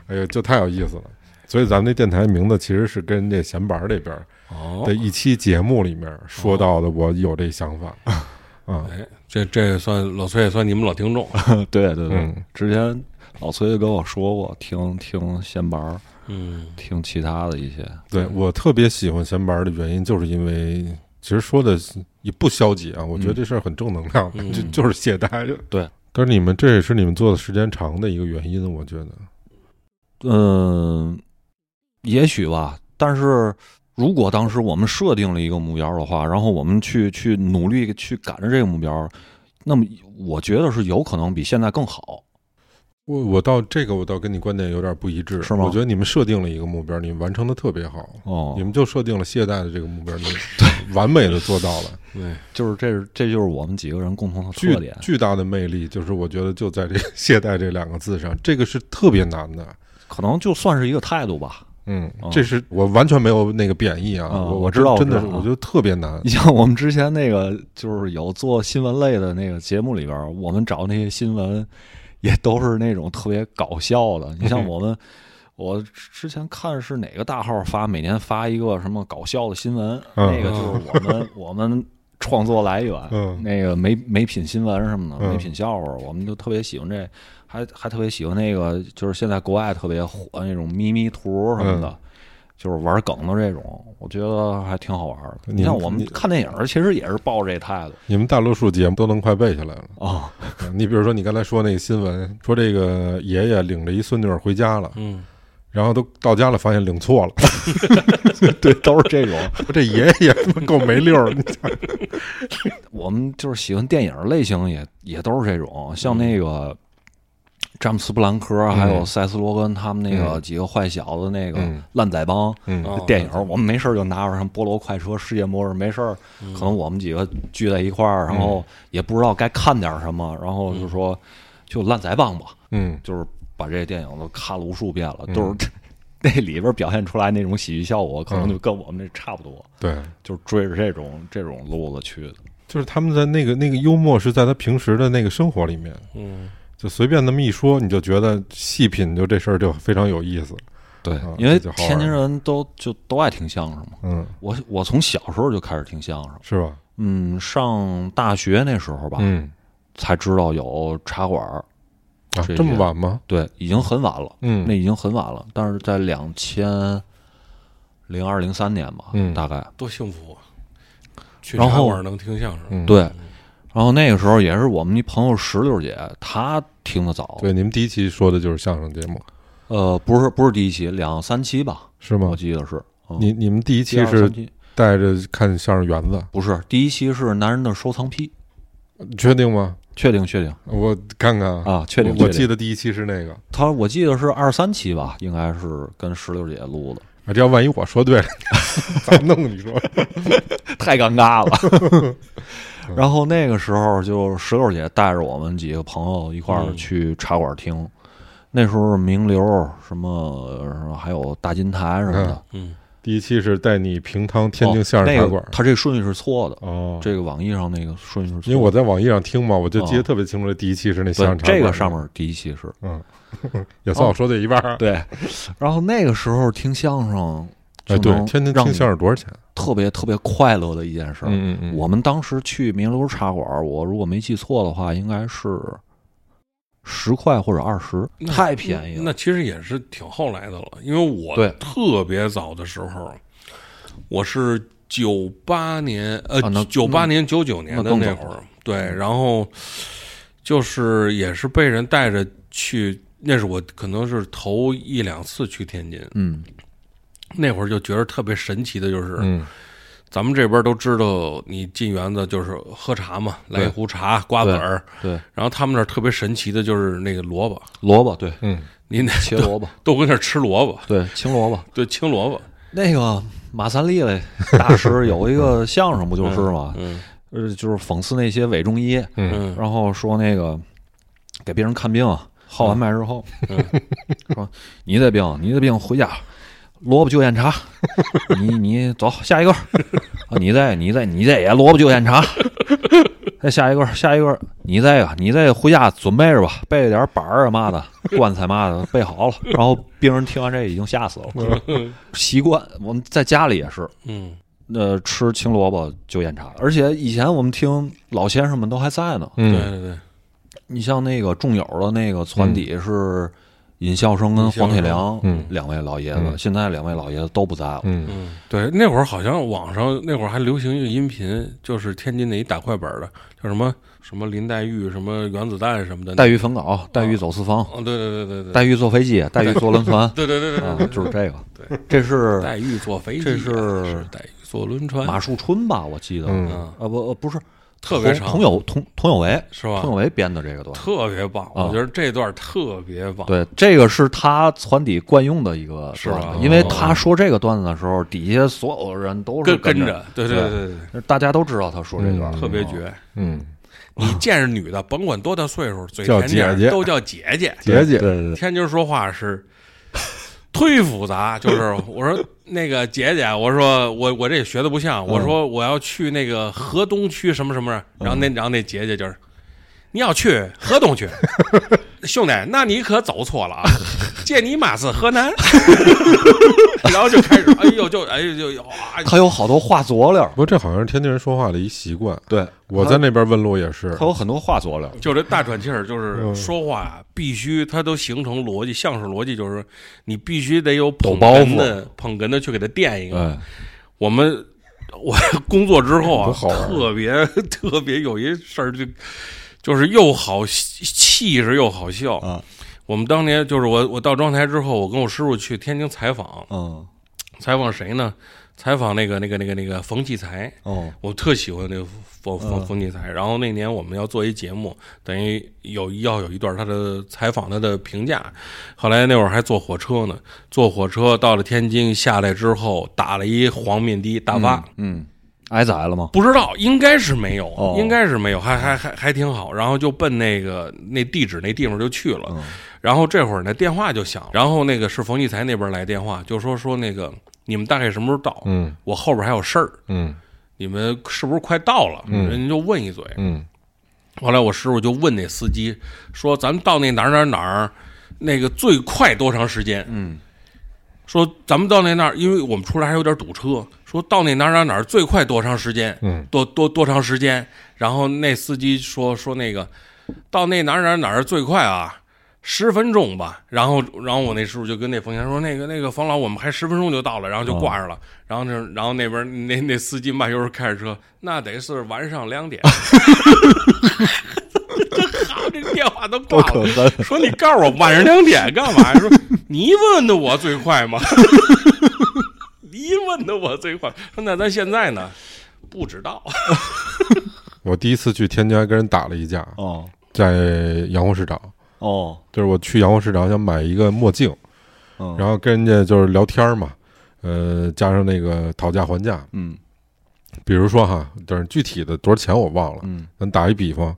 Speaker 1: 哎呦，就太有意思了。所以咱们这电台名字其实是跟这闲板儿这边儿
Speaker 2: 哦
Speaker 1: 的，一期节目里面说到的，我有这想法。啊，
Speaker 2: 哎，这这算老崔也算你们老听众，
Speaker 4: 对对对
Speaker 1: 嗯，
Speaker 4: 之前老崔跟我说过，听听闲板儿，
Speaker 2: 嗯
Speaker 4: 听其他的一些，
Speaker 1: 对我特别喜欢闲板儿的原因，就是因为其实说的是也不消极啊，我觉得这事儿很正能量，
Speaker 2: 嗯
Speaker 1: 就 就是懈怠。
Speaker 4: 嗯对，
Speaker 1: 但是你们这也是你们做的时间长的一个原因，我觉得。
Speaker 4: 嗯，也许吧，但是。如果当时我们设定了一个目标的话，然后我们去去努力去赶着这个目标，那么我觉得是有可能比现在更好。
Speaker 1: 我我到这个我倒跟你观点有点不一致，
Speaker 4: 是吗
Speaker 1: 我觉得你们设定了一个目标，你们完成的特别好，
Speaker 4: 哦
Speaker 1: 你，们就设定了懈怠的这个目标，你们 完美的做到 了。
Speaker 2: 对，
Speaker 4: 就是这是这就是我们几个人共同的
Speaker 1: 巨
Speaker 4: 特点。
Speaker 1: 巨大的魅力，就是我觉得就在这“懈怠”这两个 字上，这个是特别难的。
Speaker 4: 可能就算是一个态度吧。
Speaker 1: 嗯
Speaker 4: 哦，
Speaker 1: 这是我完全没有那个贬义啊，
Speaker 4: 啊
Speaker 1: 我
Speaker 4: 我知道
Speaker 1: 真的
Speaker 4: 我
Speaker 1: 是
Speaker 4: 知道
Speaker 1: 我觉得特别难
Speaker 4: 你。像我们之前那个，就是有做新闻类的那个节目里边儿，我们找那些新闻，也都是那种特别搞笑的。你
Speaker 1: 嗯
Speaker 4: 像我们，我之前看是哪个大号发，每年发一个什么搞笑的新闻，
Speaker 1: 嗯
Speaker 4: 那个就是我 们我们创作来源，
Speaker 1: 嗯
Speaker 4: 那个没没品新闻什么的，
Speaker 1: 嗯
Speaker 4: 没品笑话，我们就特别喜欢这，还还特别喜欢那个，就是现在国外特别火那种咪咪图什么的。
Speaker 1: 嗯
Speaker 4: 就是玩梗的这种，我觉得还挺好玩的。
Speaker 1: 你
Speaker 4: 你像
Speaker 1: 们
Speaker 4: 我
Speaker 1: 你
Speaker 4: 们看电影儿，其实也是抱着这态度
Speaker 1: 你们大多数节目都能快背下 来了。
Speaker 4: 啊、
Speaker 1: 嗯你比如说，你刚才说那个新闻，说这个爷爷领着一孙女儿回家了，
Speaker 2: 嗯
Speaker 1: 然后都到家了，发现领错 了。
Speaker 4: 对，都是这种。
Speaker 1: 这爷爷也他妈够没溜 儿，你想
Speaker 4: 我们就是喜欢电影类型也，也都是这种，像那个詹姆斯·布兰科，还有塞斯·罗根他们那个几个坏小子，那个
Speaker 1: 嗯
Speaker 4: 烂仔帮。
Speaker 1: 嗯
Speaker 2: 哦
Speaker 4: 电影儿，我们没事儿就拿着什么《菠萝快车》《世界末日》，没事儿，可能我们几个聚在一块儿，然后也不知道该看点儿什么，然后就说就烂仔帮吧，
Speaker 1: 嗯，
Speaker 4: 就是把这些电影都看了无数遍了，都是 那里边表现出来那种喜剧效果，
Speaker 1: 嗯
Speaker 4: 可能就跟我们这差不多，
Speaker 1: 对，
Speaker 4: 就是追着这种这种路子去的。
Speaker 1: 就是他们在那个那个幽默是在他平时的那个生活里面，
Speaker 2: 嗯
Speaker 1: 就随便那么一说，你就觉得细品，就这事儿就非常有意思。
Speaker 4: 对
Speaker 1: 啊
Speaker 4: 因为
Speaker 1: 这就好玩
Speaker 4: 天津人都就都爱听相声嘛。
Speaker 1: 嗯，
Speaker 4: 我我从小时候就开始听相声，
Speaker 1: 是吧？
Speaker 4: 嗯，上大学那时候吧，
Speaker 1: 嗯，
Speaker 4: 才知道有茶馆儿。
Speaker 1: 啊，
Speaker 4: 这
Speaker 1: 这么
Speaker 4: 些
Speaker 1: 晚吗？
Speaker 4: 对，已经很晚了，
Speaker 1: 嗯
Speaker 4: 那已经很晚了。但是在两千零二零三年吧，
Speaker 1: 嗯
Speaker 4: 大概
Speaker 2: 多幸福啊！去
Speaker 4: 然
Speaker 2: 茶
Speaker 4: 后
Speaker 2: 馆能听相声，
Speaker 1: 嗯
Speaker 4: 对，然后那个时候也是我们一朋友石榴姐，她听得早，
Speaker 1: 对，你们第一期说的就是相声节目，
Speaker 4: 呃，不是不是第一期，两三期吧，
Speaker 1: 是吗
Speaker 4: 我？记得是。嗯
Speaker 1: 你你们第一
Speaker 4: 第
Speaker 1: 期
Speaker 4: 二
Speaker 1: 是
Speaker 4: 三期
Speaker 1: 带着看相声园子，
Speaker 4: 不是第一期是男人的收藏癖，
Speaker 1: 确定吗？
Speaker 4: 确定确定
Speaker 1: 我看看啊，
Speaker 4: 啊，确定。
Speaker 1: 我我
Speaker 4: 确定
Speaker 1: 记得第一期是那个。
Speaker 4: 他我记得是二三期吧，应该是跟石榴姐录的，
Speaker 1: 啊，这要万一我说对了，咋弄？你说？
Speaker 4: 太尴尬了。 然后那个时候，就石榴姐带着我们几个朋友一块儿去茶馆听，那时候名流什么，什么还有大金台什么的，
Speaker 2: 嗯
Speaker 1: 第一期是带你平汤天津相声茶馆
Speaker 4: 哦那个、他这个顺序是错的，
Speaker 1: 哦，
Speaker 4: 这个网易上那个顺序是错的。
Speaker 1: 因为我在网易上听嘛，我就记得
Speaker 4: 哦
Speaker 1: 特别清楚，这第一期是那相声
Speaker 4: 对
Speaker 1: 茶馆
Speaker 4: 这个上面第一期是
Speaker 1: 也算我说对一半儿。
Speaker 4: 对，然后那个时候听相声就
Speaker 1: 哎，对，
Speaker 4: 能
Speaker 1: 天津
Speaker 4: 让
Speaker 1: 听
Speaker 4: 你
Speaker 1: 相声多少钱？
Speaker 4: 特别特别快乐的一件事儿。
Speaker 1: 嗯嗯嗯，
Speaker 4: 我们当时去名流茶馆，我如果没记错的话，应该是十块或者二十，
Speaker 2: 那
Speaker 4: 太便宜
Speaker 2: 那
Speaker 4: 了。
Speaker 2: 其实也是挺后来的了，因为我
Speaker 4: 对
Speaker 2: 特别早的时候，我是九八年呃
Speaker 4: 啊那
Speaker 2: 九八、98年九九年
Speaker 4: 那
Speaker 2: 的
Speaker 4: 更
Speaker 2: 那
Speaker 4: 早嗯
Speaker 2: 会儿，对，然后就是也是被人带着去，那是我可能是头一两次去天津，
Speaker 4: 嗯，
Speaker 2: 那会儿就觉得特别神奇的就是，
Speaker 1: 嗯
Speaker 2: 咱们这边都知道，你进园子就是喝茶嘛，来一壶茶、瓜子儿，
Speaker 4: 对，
Speaker 2: 然后他们那儿特别神奇的就是那个萝卜，
Speaker 4: 萝卜对，
Speaker 1: 嗯，
Speaker 2: 你那
Speaker 4: 切萝卜
Speaker 2: 都跟那儿吃萝卜，
Speaker 4: 对，青萝卜。
Speaker 2: 对，青萝卜，
Speaker 4: 那个马三立嘞，大师有一个相声不就是吗？
Speaker 2: 嗯
Speaker 4: 呃，就是讽刺那些伪中医，
Speaker 2: 嗯
Speaker 4: 然后说那个给病人看病，啊号完脉之后，说你的病，你的病回家，萝卜就检查，你你走下一个，啊你再你再你再也萝卜就检查，再下一个下一个，你这个你这回家准备着吧，备着点板儿啊嘛的，棺材嘛的备好了。然后病人听完这已经吓死了，习惯我们在家里也是，
Speaker 2: 嗯
Speaker 4: 呃，吃青萝卜就验查，而且以前我们听老先生们都还在呢。
Speaker 2: 对
Speaker 1: 嗯，
Speaker 2: 对对，
Speaker 4: 你像那个众友的那个团体是尹笑声跟黄铁良
Speaker 1: 嗯
Speaker 4: 两位老爷子，
Speaker 1: 嗯
Speaker 4: 现在两位老爷子都不在了。
Speaker 1: 嗯
Speaker 2: 嗯对，那会儿好像网上那会儿还流行一个音频，就是天津的一打快板的，叫什么什么林黛玉，什么原子弹什么的，
Speaker 4: 黛玉焚稿，黛玉走四方，
Speaker 2: 哦，对对对对对，
Speaker 4: 黛玉坐 飞机，黛玉坐轮船
Speaker 2: 对对对对
Speaker 4: 啊
Speaker 2: 对，，
Speaker 4: 就是这个。这是
Speaker 2: 黛玉坐飞机，啊
Speaker 4: 这是
Speaker 2: 是黛玉坐轮船，
Speaker 4: 马树春吧？我记得，
Speaker 1: 嗯
Speaker 2: 嗯，
Speaker 4: 啊不呃不是，
Speaker 2: 特别
Speaker 4: 童
Speaker 2: 长
Speaker 4: 童友童童友为
Speaker 2: 是吧
Speaker 4: 童友为编的这个段。
Speaker 2: 特别棒，
Speaker 4: 啊
Speaker 2: 我觉得这段特别棒。
Speaker 4: 对，这个是他团底惯用的一个
Speaker 2: 是吧啊
Speaker 4: 段子，因
Speaker 1: 哦
Speaker 4: 为他说这个段子的时候，底下所有人都是
Speaker 2: 跟跟
Speaker 4: 着
Speaker 2: 着，，对对对对
Speaker 4: 大家都知道他说这段
Speaker 1: 嗯
Speaker 2: 对，
Speaker 4: 儿，
Speaker 2: 特别
Speaker 4: 嗯
Speaker 2: 绝。
Speaker 1: 嗯，
Speaker 2: 你见着女的，甭管多大岁数，嘴
Speaker 1: 叫
Speaker 2: 甜点儿
Speaker 1: 姐姐
Speaker 2: 都叫姐姐。
Speaker 1: 姐姐，
Speaker 4: 对对对，
Speaker 2: 天津说话是忒复杂，就是我说那个姐姐，我说我我这也学的不像，
Speaker 1: 嗯
Speaker 2: 我说我要去那个河东区什么什么，然后那
Speaker 1: 嗯
Speaker 2: 然后那姐姐就是。你要去河 东去，兄弟，那你可走错了啊！这尼玛是 河南，然后就开始，哎呦，就哎呦就哇，
Speaker 4: 他有好多画佐料
Speaker 1: 不，过这好像是天津人说话的一习惯。
Speaker 4: 对，
Speaker 1: 我在那边问路也是
Speaker 4: 他，有很多画佐料，
Speaker 2: 就这大喘气儿，就是说话必须它都形成逻辑，相声逻辑就是你必须得有捧
Speaker 4: 包
Speaker 2: 哏
Speaker 4: 袱
Speaker 2: 的捧哏的去给他垫一个。
Speaker 4: 哎，
Speaker 2: 我们 我工作之后啊
Speaker 1: 多好，玩儿
Speaker 2: 特别 特别有一事儿就就是又好气气势又好笑。
Speaker 4: 啊
Speaker 2: 我们当年就是我我到庄台之后，我跟我师傅去天津采访，
Speaker 4: 嗯，
Speaker 2: 采访谁呢？采访那个那个那个那个冯骥才。
Speaker 4: 哦，
Speaker 2: 我特喜欢那个冯
Speaker 4: 嗯
Speaker 2: 冯冯骥才。然后那年我们要做一节目，等于有要有一段他的采访他的评价。后来那会儿还坐火车呢，坐火车到了天津下来之后，打了一黄面的大巴。
Speaker 4: 嗯，挨宰了吗？
Speaker 2: 不知道，应该是没有，
Speaker 4: 哦
Speaker 2: 应该是没有，还还还还挺好。然后就奔那个那地址那地方就去了。
Speaker 4: 嗯
Speaker 2: 然后这会儿呢，电话就响了，然后那个是冯骥才那边来电话，就说说那个你们大概什么时候到？
Speaker 1: 嗯
Speaker 2: 我后边还有事儿，
Speaker 1: 嗯
Speaker 2: 你们是不是快到了？人家就问一嘴。
Speaker 1: 嗯
Speaker 2: 后来我师傅就问那司机说：“咱们到那哪儿哪儿哪儿，那个最快多长时间？”嗯，说咱们到那那儿，因为我们出来还有点堵车，说到那哪儿哪儿哪儿最快多长时间？
Speaker 1: 嗯，
Speaker 2: 多多多长时间？然后那司机说说那个到那哪儿哪儿哪儿最快啊。十分钟吧，然后，然后我那师傅就跟那冯先生说：“那个，那个冯老，我们还十分钟就到了。”然后就挂上了。然后那，然后那边那那司机慢悠悠开着车，那得是晚上两点。 好，这电话都挂了。 说你告诉我晚上两点干 嘛呀？说你问的我最快吗？ 你问的我最快。说那咱现在呢？不知道。
Speaker 1: 我第一次去天津还跟人打了一架，
Speaker 4: 哦
Speaker 1: 在洋货市场，
Speaker 4: 哦，
Speaker 1: 就是我去洋货市场想买一个墨镜，
Speaker 4: 嗯
Speaker 1: 然后跟人家就是聊天嘛，呃，加上那个讨价还价，
Speaker 4: 嗯
Speaker 1: 比如说哈，但是具体的多少钱我忘了，
Speaker 4: 嗯
Speaker 1: 咱打一比方，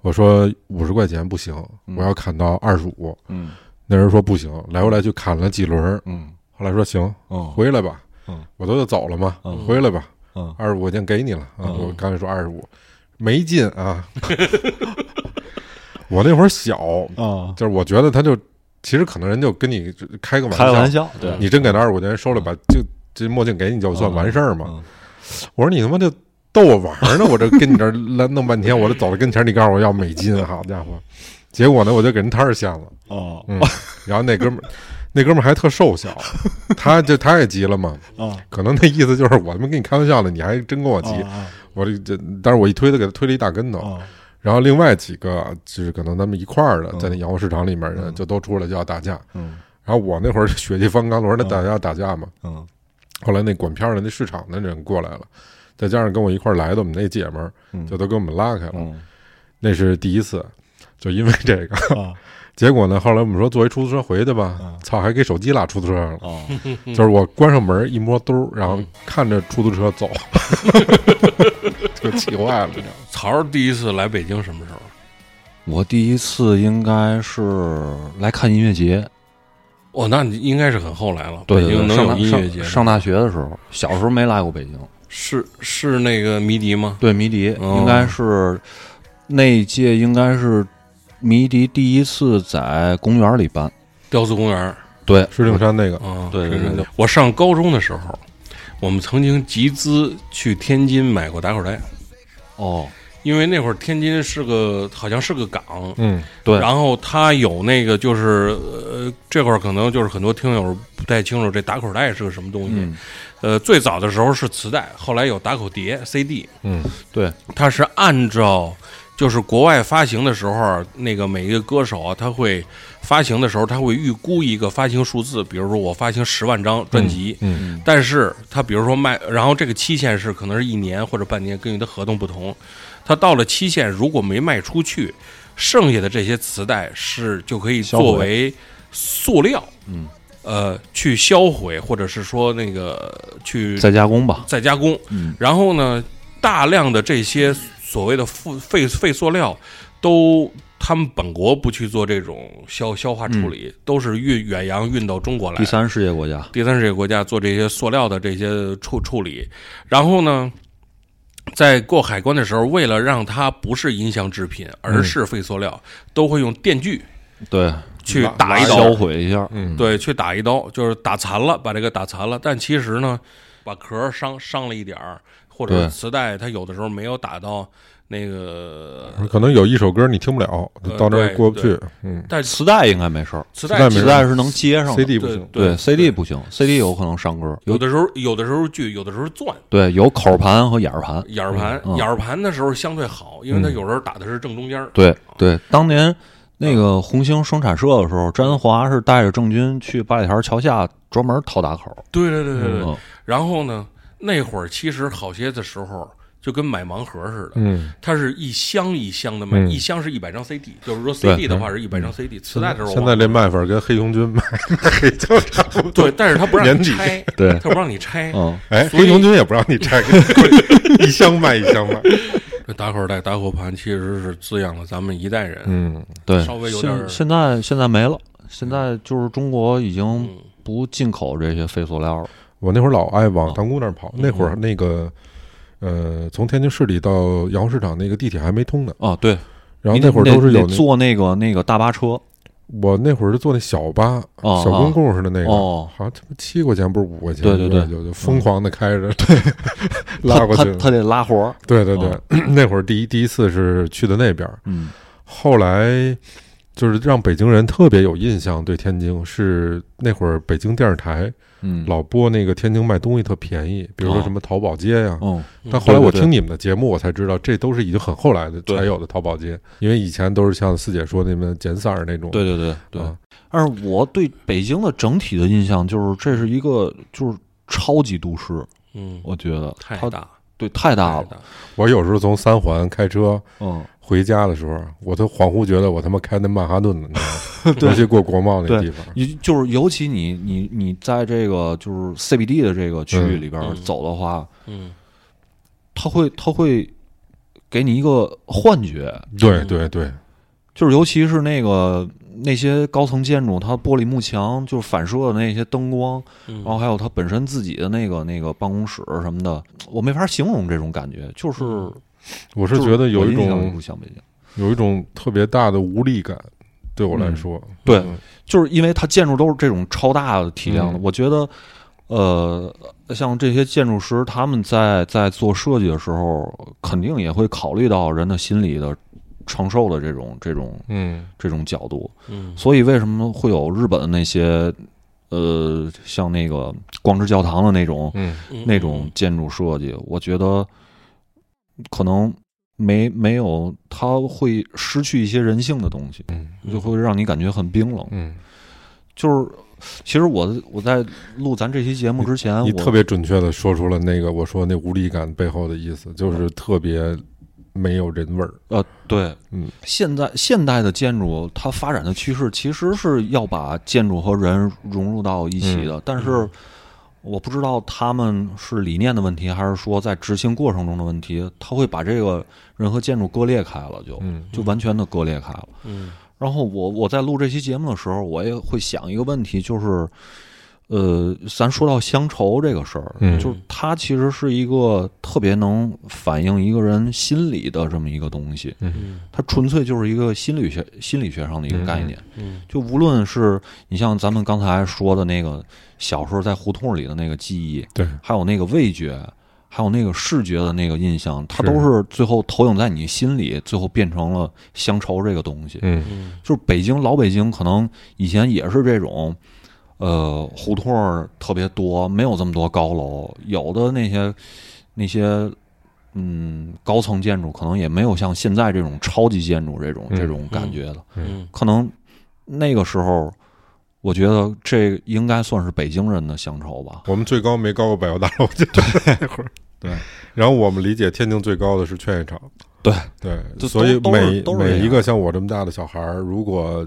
Speaker 1: 我说五十块钱不行，我要砍到二十五，
Speaker 4: 嗯
Speaker 1: 那人说不行，来回来去砍了几轮儿，
Speaker 4: 嗯，
Speaker 1: 后来说行，
Speaker 4: 哦，
Speaker 1: 回来吧，
Speaker 4: 嗯
Speaker 1: 我都就走了嘛，
Speaker 4: 嗯
Speaker 1: 回来吧，
Speaker 4: 嗯
Speaker 1: 二十五块钱给你了啊，
Speaker 4: 嗯
Speaker 1: 我刚才说二十五，没劲啊， 我那会儿小，
Speaker 4: 啊，
Speaker 1: 就是我觉得他就其实可能人就跟你开个玩
Speaker 4: 开玩笑，对，
Speaker 1: 你真给那二十五块钱收了，把就这墨镜给你就算完事儿嘛。
Speaker 4: 嗯
Speaker 1: 我说你他妈就逗我玩 儿呢，我这跟你这儿来弄半天，我这走到跟前儿，你告诉我要美金，好家伙！结果呢，我就给人摊儿掀了，
Speaker 4: 哦
Speaker 1: 嗯，然后那哥们儿，那哥们儿还特瘦 小，他就他也急了嘛，
Speaker 4: 啊，
Speaker 1: 可能那意思就是我他妈跟你开玩笑呢，你还真跟我急，
Speaker 4: 啊
Speaker 1: 我这这，但是我一推他给他推了一大跟头，
Speaker 4: 啊
Speaker 1: 然后另外几个就是可能他们一块儿的
Speaker 4: 嗯
Speaker 1: 在那洋货市场里面的
Speaker 4: 嗯
Speaker 1: 就都出来就要打架，
Speaker 4: 嗯
Speaker 1: 然后我那会儿血气方刚，我说那
Speaker 4: 嗯
Speaker 1: 打架打架嘛，
Speaker 4: 嗯
Speaker 1: 后来那管片儿的那市场的人过来了，再加上跟我一块儿来的我们那姐们儿，
Speaker 4: 嗯
Speaker 1: 就都给我们拉开了。
Speaker 4: 嗯
Speaker 1: 那是第一次，就因为这个。
Speaker 4: 啊
Speaker 1: 结果呢，后来我们说坐一出租车回去吧，
Speaker 4: 嗯
Speaker 1: 操，还给手机落出租车上了。
Speaker 4: 啊，
Speaker 1: 就是我关上门一摸兜儿，然后看着出租车走，就气坏了。你知道吗
Speaker 2: 曹儿第一次来北京什么时候？
Speaker 4: 我第一次应该是来看音乐节，
Speaker 2: 哦，那你应该是很后来了。
Speaker 4: 对
Speaker 2: 北
Speaker 4: 对
Speaker 2: 京能
Speaker 4: 对，上
Speaker 2: 有
Speaker 4: 大
Speaker 2: 音乐节
Speaker 4: 上上大学的时候，小时候没来过北京，
Speaker 2: 是是那个迷笛吗？
Speaker 4: 对迷笛
Speaker 2: 哦
Speaker 4: 应该是那一届应该是迷笛第一次在公园里办，
Speaker 2: 雕塑公园儿
Speaker 4: 对，
Speaker 1: 石景山那个，
Speaker 2: 啊，
Speaker 4: 对对
Speaker 2: 是是
Speaker 4: 对
Speaker 2: 我上高中的时候，我们曾经集资去天津买过打口袋，
Speaker 4: 哦，
Speaker 2: 因为那会儿天津是个好像是个港，
Speaker 1: 嗯，
Speaker 4: 对，
Speaker 2: 然后它有那个就是呃，这块儿可能就是很多听友不太清楚这打口袋是个什么东西。
Speaker 4: 嗯，
Speaker 2: 呃，最早的时候是磁带，后来有打口碟 CD，
Speaker 1: 嗯，
Speaker 4: 对，
Speaker 2: 它是按照。就是国外发行的时候，那个每一个歌手啊，他会发行的时候，他会预估一个发行数字，比如说我发行十万张专辑，
Speaker 1: 嗯，
Speaker 2: 但是他比如说卖，然后这个期限是可能是一年或者半年，根据他合同不同。他到了期限，如果没卖出去，剩下的这些磁带是就可以
Speaker 4: 销毁
Speaker 2: 作为塑料，
Speaker 4: 嗯，
Speaker 2: 呃，去销毁或者是说那个去
Speaker 4: 再加工吧，
Speaker 2: 再加工。
Speaker 4: 嗯
Speaker 2: 然后呢，大量的这些所谓的废废废塑料，都他们本国不去做这种消消化处理，都是运远洋运到中国来
Speaker 4: 嗯第。三世界国家，
Speaker 2: 第三世界国家做这些塑料的这些处处理，然后呢，在过海关的时候，为了让它不是音像制品，
Speaker 4: 嗯
Speaker 2: 而是废塑料，都会用电锯
Speaker 4: 对，
Speaker 2: 去
Speaker 1: 拉
Speaker 2: 打一刀，
Speaker 4: 销毁一下，
Speaker 1: 嗯，
Speaker 2: 对，去打一刀，就是打残了，把这个打残了。但其实呢，把壳儿伤伤了一点儿，或者
Speaker 4: 对
Speaker 2: 磁带它有的时候没有打到那个，
Speaker 1: 可能有一首歌你听不了，就到那
Speaker 2: 对
Speaker 1: 儿过不去，嗯
Speaker 2: 但是
Speaker 4: 磁带应该没事儿，
Speaker 2: 磁
Speaker 1: 磁带
Speaker 2: 带
Speaker 1: 没
Speaker 2: 其
Speaker 1: 事
Speaker 2: 实
Speaker 4: 磁带是能接上的
Speaker 1: ，CD 不
Speaker 2: 对
Speaker 1: 行，
Speaker 4: 对 CD 不行，CD 有可能伤歌，
Speaker 2: 有的时候有的时候锯，有的时候钻。
Speaker 4: 对有口盘和眼儿盘，
Speaker 2: 眼儿盘，
Speaker 4: 嗯
Speaker 2: 眼儿盘的时候相对好，因为它有时候打的是正中间儿。
Speaker 4: 对对，当年那个红星生产社的时候，詹华是带着郑钧去八里台桥下专门掏打口。
Speaker 2: 对对对对对。
Speaker 4: 嗯
Speaker 2: 然后呢，那会儿其实好些的时候就跟买盲盒似的，
Speaker 1: 嗯，
Speaker 2: 它是一箱一箱的卖，
Speaker 1: 嗯
Speaker 2: 一箱是一百张 CD，就是说
Speaker 4: 对
Speaker 2: CD 的话是一百张 CD，磁带的时候我
Speaker 1: 现在这卖法跟黑熊军 卖黑就差不多。
Speaker 2: 对，但是他不让
Speaker 1: 年
Speaker 2: 你
Speaker 1: 底
Speaker 2: 拆，
Speaker 4: 对
Speaker 2: 他不让你拆。
Speaker 4: 嗯，
Speaker 1: 哎，
Speaker 2: 所以
Speaker 1: 黑熊军也不让你拆，一箱卖一箱卖。
Speaker 2: 这打口袋、打口盘其实是滋养了咱们一代人。
Speaker 1: 嗯，
Speaker 4: 对，
Speaker 2: 稍微有点儿
Speaker 4: 现现在现在没了，现在就是中国已经
Speaker 2: 嗯
Speaker 4: 不进口这些废塑料了。
Speaker 1: 我那会儿老爱往塘沽那儿跑，那会儿那个。呃，从天津市里到洋货市场那个地铁还没通呢，
Speaker 4: 啊，对，
Speaker 1: 然后
Speaker 4: 你得
Speaker 1: 那会儿都是
Speaker 4: 你得
Speaker 1: 有
Speaker 4: 你得
Speaker 1: 那
Speaker 4: 坐那个那个大巴车，
Speaker 1: 我那会儿是坐那小巴，
Speaker 4: 哦
Speaker 1: 小公共似的那个，
Speaker 4: 哦
Speaker 1: 好像他妈七块钱不是五块钱，
Speaker 4: 对对对嗯
Speaker 1: 就就疯狂的开着， 对，拉过
Speaker 4: 他
Speaker 1: 去
Speaker 4: 他，他哦得拉活儿。
Speaker 1: 对对对， 那会儿第一第一次是去的那边儿，
Speaker 4: 嗯
Speaker 1: 后来就是让北京人特别有印象对天津，是那会儿北京电视台
Speaker 4: 嗯，
Speaker 1: 老播那个天津卖东西特便宜，比如说
Speaker 4: 哦
Speaker 1: 什么淘宝街呀、
Speaker 4: 嗯
Speaker 1: 但后来我
Speaker 4: 对对对
Speaker 1: 听你们的节目，我才知道这都是已经很后来的
Speaker 4: 对
Speaker 1: 才有的淘宝街，因为以前都是像四姐说的那么简色儿那种，
Speaker 4: 对对对对
Speaker 1: 啊。
Speaker 4: 但是嗯我对北京的整体的印象就是，这是一个就是超级都市，
Speaker 2: 嗯，
Speaker 4: 我觉得
Speaker 2: 太
Speaker 4: 它
Speaker 2: 大了
Speaker 4: 对太大
Speaker 2: 太
Speaker 4: 了。
Speaker 2: 大了。
Speaker 1: 我有时候从三环开车
Speaker 4: 嗯，
Speaker 1: 回家的时候，我都恍惚觉得我他妈开那曼哈顿呢， 你知道吗尤其过国贸那地方，
Speaker 4: 你就是尤其你你你在这个就是 CBD 的这个区域里边儿
Speaker 2: 嗯嗯
Speaker 4: 走的话，
Speaker 2: 嗯，
Speaker 4: 它会它会给你一个幻觉，
Speaker 1: 对对对，
Speaker 4: 就是尤其是那个那些高层建筑，它玻璃幕墙就是反射的那些灯光，
Speaker 2: 嗯
Speaker 4: 然后还有它本身自己的那个那个办公室什么的，我没法形容这种感觉，就是
Speaker 1: 我是
Speaker 4: 就
Speaker 1: 觉得有一
Speaker 4: 我印象里
Speaker 1: 种
Speaker 4: 不像北京，
Speaker 1: 有一种特别大的无力感，对我来
Speaker 4: 嗯
Speaker 1: 说，
Speaker 4: 对
Speaker 1: 嗯
Speaker 4: 就是因为它建筑都是这种超大的体量的，
Speaker 1: 嗯
Speaker 4: 我觉得。呃，像这些建筑师，他们在在做设计的时候，肯定也会考虑到人的心理的承受的这种这种
Speaker 1: 嗯
Speaker 4: 这种角度。
Speaker 2: 嗯
Speaker 4: 所以为什么会有日本的那些呃，像那个光之教堂的那种
Speaker 1: 嗯
Speaker 2: 嗯
Speaker 4: 那种建筑设计？我觉得可能没没有，它会失去一些人性的东西，
Speaker 1: 嗯
Speaker 4: 就会让你感觉很冰冷。
Speaker 1: 嗯，
Speaker 4: 就是其实我我在录咱这期节目之前，
Speaker 1: 你
Speaker 4: 我
Speaker 1: 特别准确的说出了那个我说那无力感背后的意思，就是特别没有人味儿。
Speaker 4: 呃，对，
Speaker 1: 嗯，
Speaker 4: 现在现代的建筑它发展的趋势其实是要把建筑和人融入到一起
Speaker 1: 嗯
Speaker 4: 的，但是我不知道他们是理念的问题，还是说在执行过程中的问题，他会把这个人和建筑割裂开了就，
Speaker 1: 嗯
Speaker 4: 就完全的割裂开了。
Speaker 2: 嗯
Speaker 4: 然后我我在录这期节目的时候，我也会想一个问题，就是，呃，咱说到乡愁这个事儿，
Speaker 1: 嗯
Speaker 4: 就是它其实是一个特别能反映一个人心理的这么一个东西，
Speaker 2: 嗯
Speaker 4: 它纯粹就是一个心理学心理学上的一个概念。
Speaker 2: 嗯
Speaker 4: 就无论是你像咱们刚才说的那个小时候在胡同里的那个记忆，
Speaker 1: 对，
Speaker 4: 还有那个味觉，还有那个视觉的那个印象，它
Speaker 1: 是
Speaker 4: 都是最后投影在你心里，最后变成了乡愁这个东西。
Speaker 1: 嗯
Speaker 2: 嗯
Speaker 4: 就是北京老北京，可能以前也是这种，呃，胡同儿特别多，没有这么多高楼，有的那些那些嗯高层建筑，可能也没有像现在这种超级建筑这种
Speaker 1: 嗯
Speaker 4: 这种感觉的。
Speaker 2: 嗯
Speaker 4: 可能那个时候，我觉得这应该算是北京人的乡愁吧。
Speaker 1: 我们最高没高过百货大楼，就那会儿。
Speaker 4: 对，
Speaker 1: 然后我们理解天津最高的是劝业场。
Speaker 4: 对
Speaker 1: 对，
Speaker 4: 就
Speaker 1: 所以
Speaker 4: 都都是
Speaker 1: 每
Speaker 4: 都是这
Speaker 1: 每
Speaker 4: 样
Speaker 1: 一个像我这么大的小孩儿，如果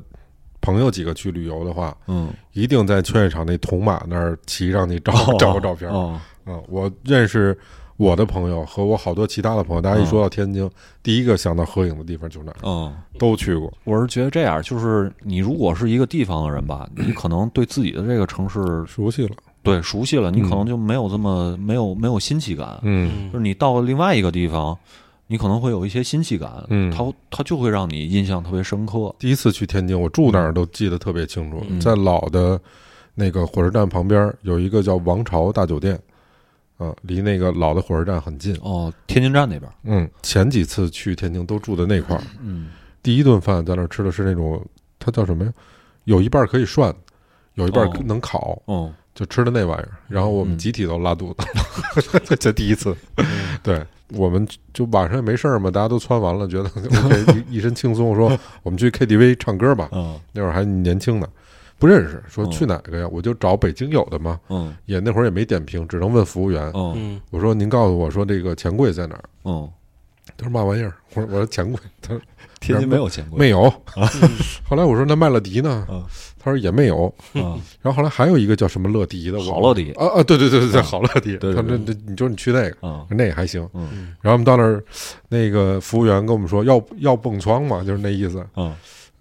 Speaker 1: 朋友几个去旅游的话，
Speaker 4: 嗯，
Speaker 1: 一定在劝业场那铜马那儿骑上去照、照个照片。啊、
Speaker 4: 哦，
Speaker 1: 我认识我的朋友和我好多其他的朋友，大家一说到天津，第一个想到合影的地方就是那儿，
Speaker 4: 嗯。
Speaker 1: 都去过。
Speaker 4: 我是觉得这样，就是你如果是一个地方的人吧，你可能对自己的这个城市
Speaker 1: 熟悉了，
Speaker 4: 对熟悉了，你可
Speaker 1: 嗯
Speaker 4: 能就没有这么没有没有新奇感。
Speaker 1: 嗯
Speaker 4: 就是
Speaker 2: 嗯
Speaker 4: 你到了另外一个地方，你可能会有一些新奇感，
Speaker 1: 嗯
Speaker 4: 它它就会让你印象特别深刻。
Speaker 1: 第一次去天津，我住那儿都记得特别清楚，
Speaker 4: 嗯
Speaker 1: 在老的那个火车站旁边有一个叫王朝大酒店，啊，离那个老的火车站很近。
Speaker 4: 哦，天津站那边，
Speaker 1: 嗯，前几次去天津都住的那块儿，
Speaker 4: 嗯，
Speaker 1: 第一顿饭在那儿吃的是那种，它叫什么呀？有一半儿可以涮，有一半
Speaker 4: 哦
Speaker 1: 儿能烤，
Speaker 4: 哦，
Speaker 1: 就吃的那玩意儿。然后我们
Speaker 4: 嗯
Speaker 1: 集体都拉肚子， 这第一次。对，我们就晚上也没事儿嘛，大家都穿完了，觉得 OK 一一身轻松，说我们去 KTV 唱歌吧。
Speaker 4: 嗯
Speaker 1: 那会儿还年轻呢，不认识，说
Speaker 4: 嗯
Speaker 1: 去哪个呀？我就找北京有的嘛，
Speaker 4: 嗯
Speaker 1: 也那会儿也没点评，只能问服务员。
Speaker 4: 嗯
Speaker 2: 嗯
Speaker 1: 我说您告诉我说这个钱柜在哪儿？
Speaker 4: 嗯，
Speaker 1: 他说嘛玩意儿？我说我说钱柜，他说
Speaker 4: 天津没有见过，
Speaker 1: 没有。
Speaker 4: 啊
Speaker 1: 后来我说那麦乐迪呢
Speaker 4: 嗯？
Speaker 1: 他说也没有。
Speaker 4: 啊，
Speaker 1: 然后后来还有一个叫什么乐迪的，我
Speaker 4: 好乐迪
Speaker 1: 啊啊，对对对对对，好乐迪。
Speaker 4: 对对
Speaker 1: 他说那你就是你去那个，
Speaker 4: 啊，
Speaker 1: 那也还行。
Speaker 4: 嗯
Speaker 1: 然后我们到那儿，那个服务员跟我们说要要蹦床嘛，就是那意思。
Speaker 4: 嗯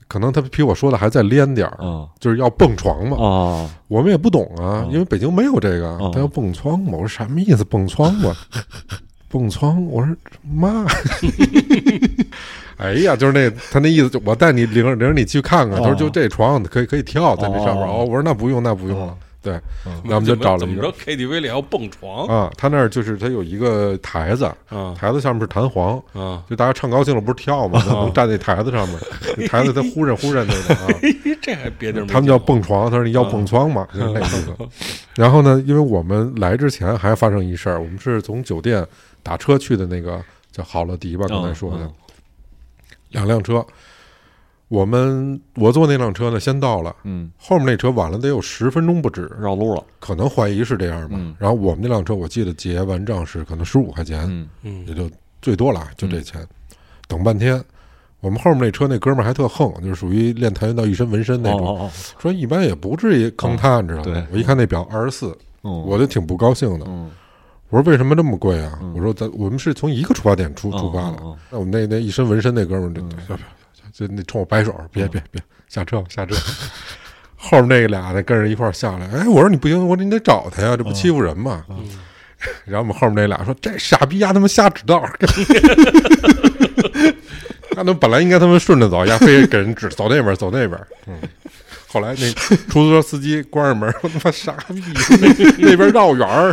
Speaker 1: 可能他比我说的还再连点儿，
Speaker 4: 嗯
Speaker 1: 就是要蹦床嘛。
Speaker 4: 哦，
Speaker 1: 我们也不懂啊
Speaker 4: 嗯，
Speaker 1: 因为北京没有这个
Speaker 4: 嗯，
Speaker 1: 他要蹦窗嘛。我说什么意思？蹦窗 嘛，蹦窗？我说妈， 哎呀，就是那他那意思，就我带你领领你去看看。他说
Speaker 4: 哦
Speaker 1: 就这床可以可以跳在那上面。
Speaker 4: 哦
Speaker 1: 哦，我说那不用那不用了
Speaker 4: 哦。
Speaker 1: 对，那我们就找了
Speaker 2: 怎
Speaker 1: 一
Speaker 2: 么
Speaker 1: 个
Speaker 2: 着 KTV 里还要蹦床
Speaker 1: 啊，他那儿就是他有一个台子，
Speaker 4: 哦
Speaker 2: 啊
Speaker 1: 台子上面是弹簧。
Speaker 2: 啊！
Speaker 1: 就大家唱高兴了，不是跳吗？
Speaker 4: 哦
Speaker 1: 能站那台子上面， 那台子它忽闪忽闪那种啊。
Speaker 2: 嘿这还别地儿没
Speaker 1: 他们叫
Speaker 2: 见过
Speaker 1: 蹦床，他说你
Speaker 4: 啊
Speaker 1: 要蹦床 嘛，就是那意思。然后呢，因为我们来之前还发生一事儿，我们是从酒店打车去的那个叫好乐迪吧，刚才说的、
Speaker 4: 嗯
Speaker 1: 两辆车。我们我坐那辆车呢，先到了，
Speaker 4: 嗯，
Speaker 1: 后面那车晚了得有十分钟不止，
Speaker 4: 绕路了，
Speaker 1: 可能怀疑是这样吧。
Speaker 4: 嗯
Speaker 1: 然后我们那辆车，我记得结完账是可能十五块钱，
Speaker 4: 嗯
Speaker 2: 嗯
Speaker 1: 也就最多了，就这钱。等半天，我们后面那车那哥们儿还特横，就是属于练跆拳道一身纹身那种，
Speaker 4: 哦
Speaker 1: 说一般也不至于坑他，你知道吗？
Speaker 4: 对
Speaker 1: 我一看那表二十四，
Speaker 4: 哦，
Speaker 1: 我就挺不高兴的。
Speaker 4: 嗯
Speaker 1: 我说为什么这么贵啊？我说咱我们是从一个出发点出出发的。
Speaker 4: 嗯嗯嗯
Speaker 1: 那我们那那一身纹身那哥们儿就，就那冲我摆手，别别别，下车下车。后面那俩的跟着一块儿下来，哎，我说你不行，我说你得找他呀，这不欺负人吗？然后我们后面那俩说，这傻逼丫他妈瞎指道，那他妈本来应该他妈顺着走，丫非给人指走那边走那边，嗯。后来那出租车司机关上门，我他妈傻逼，那那边绕远儿，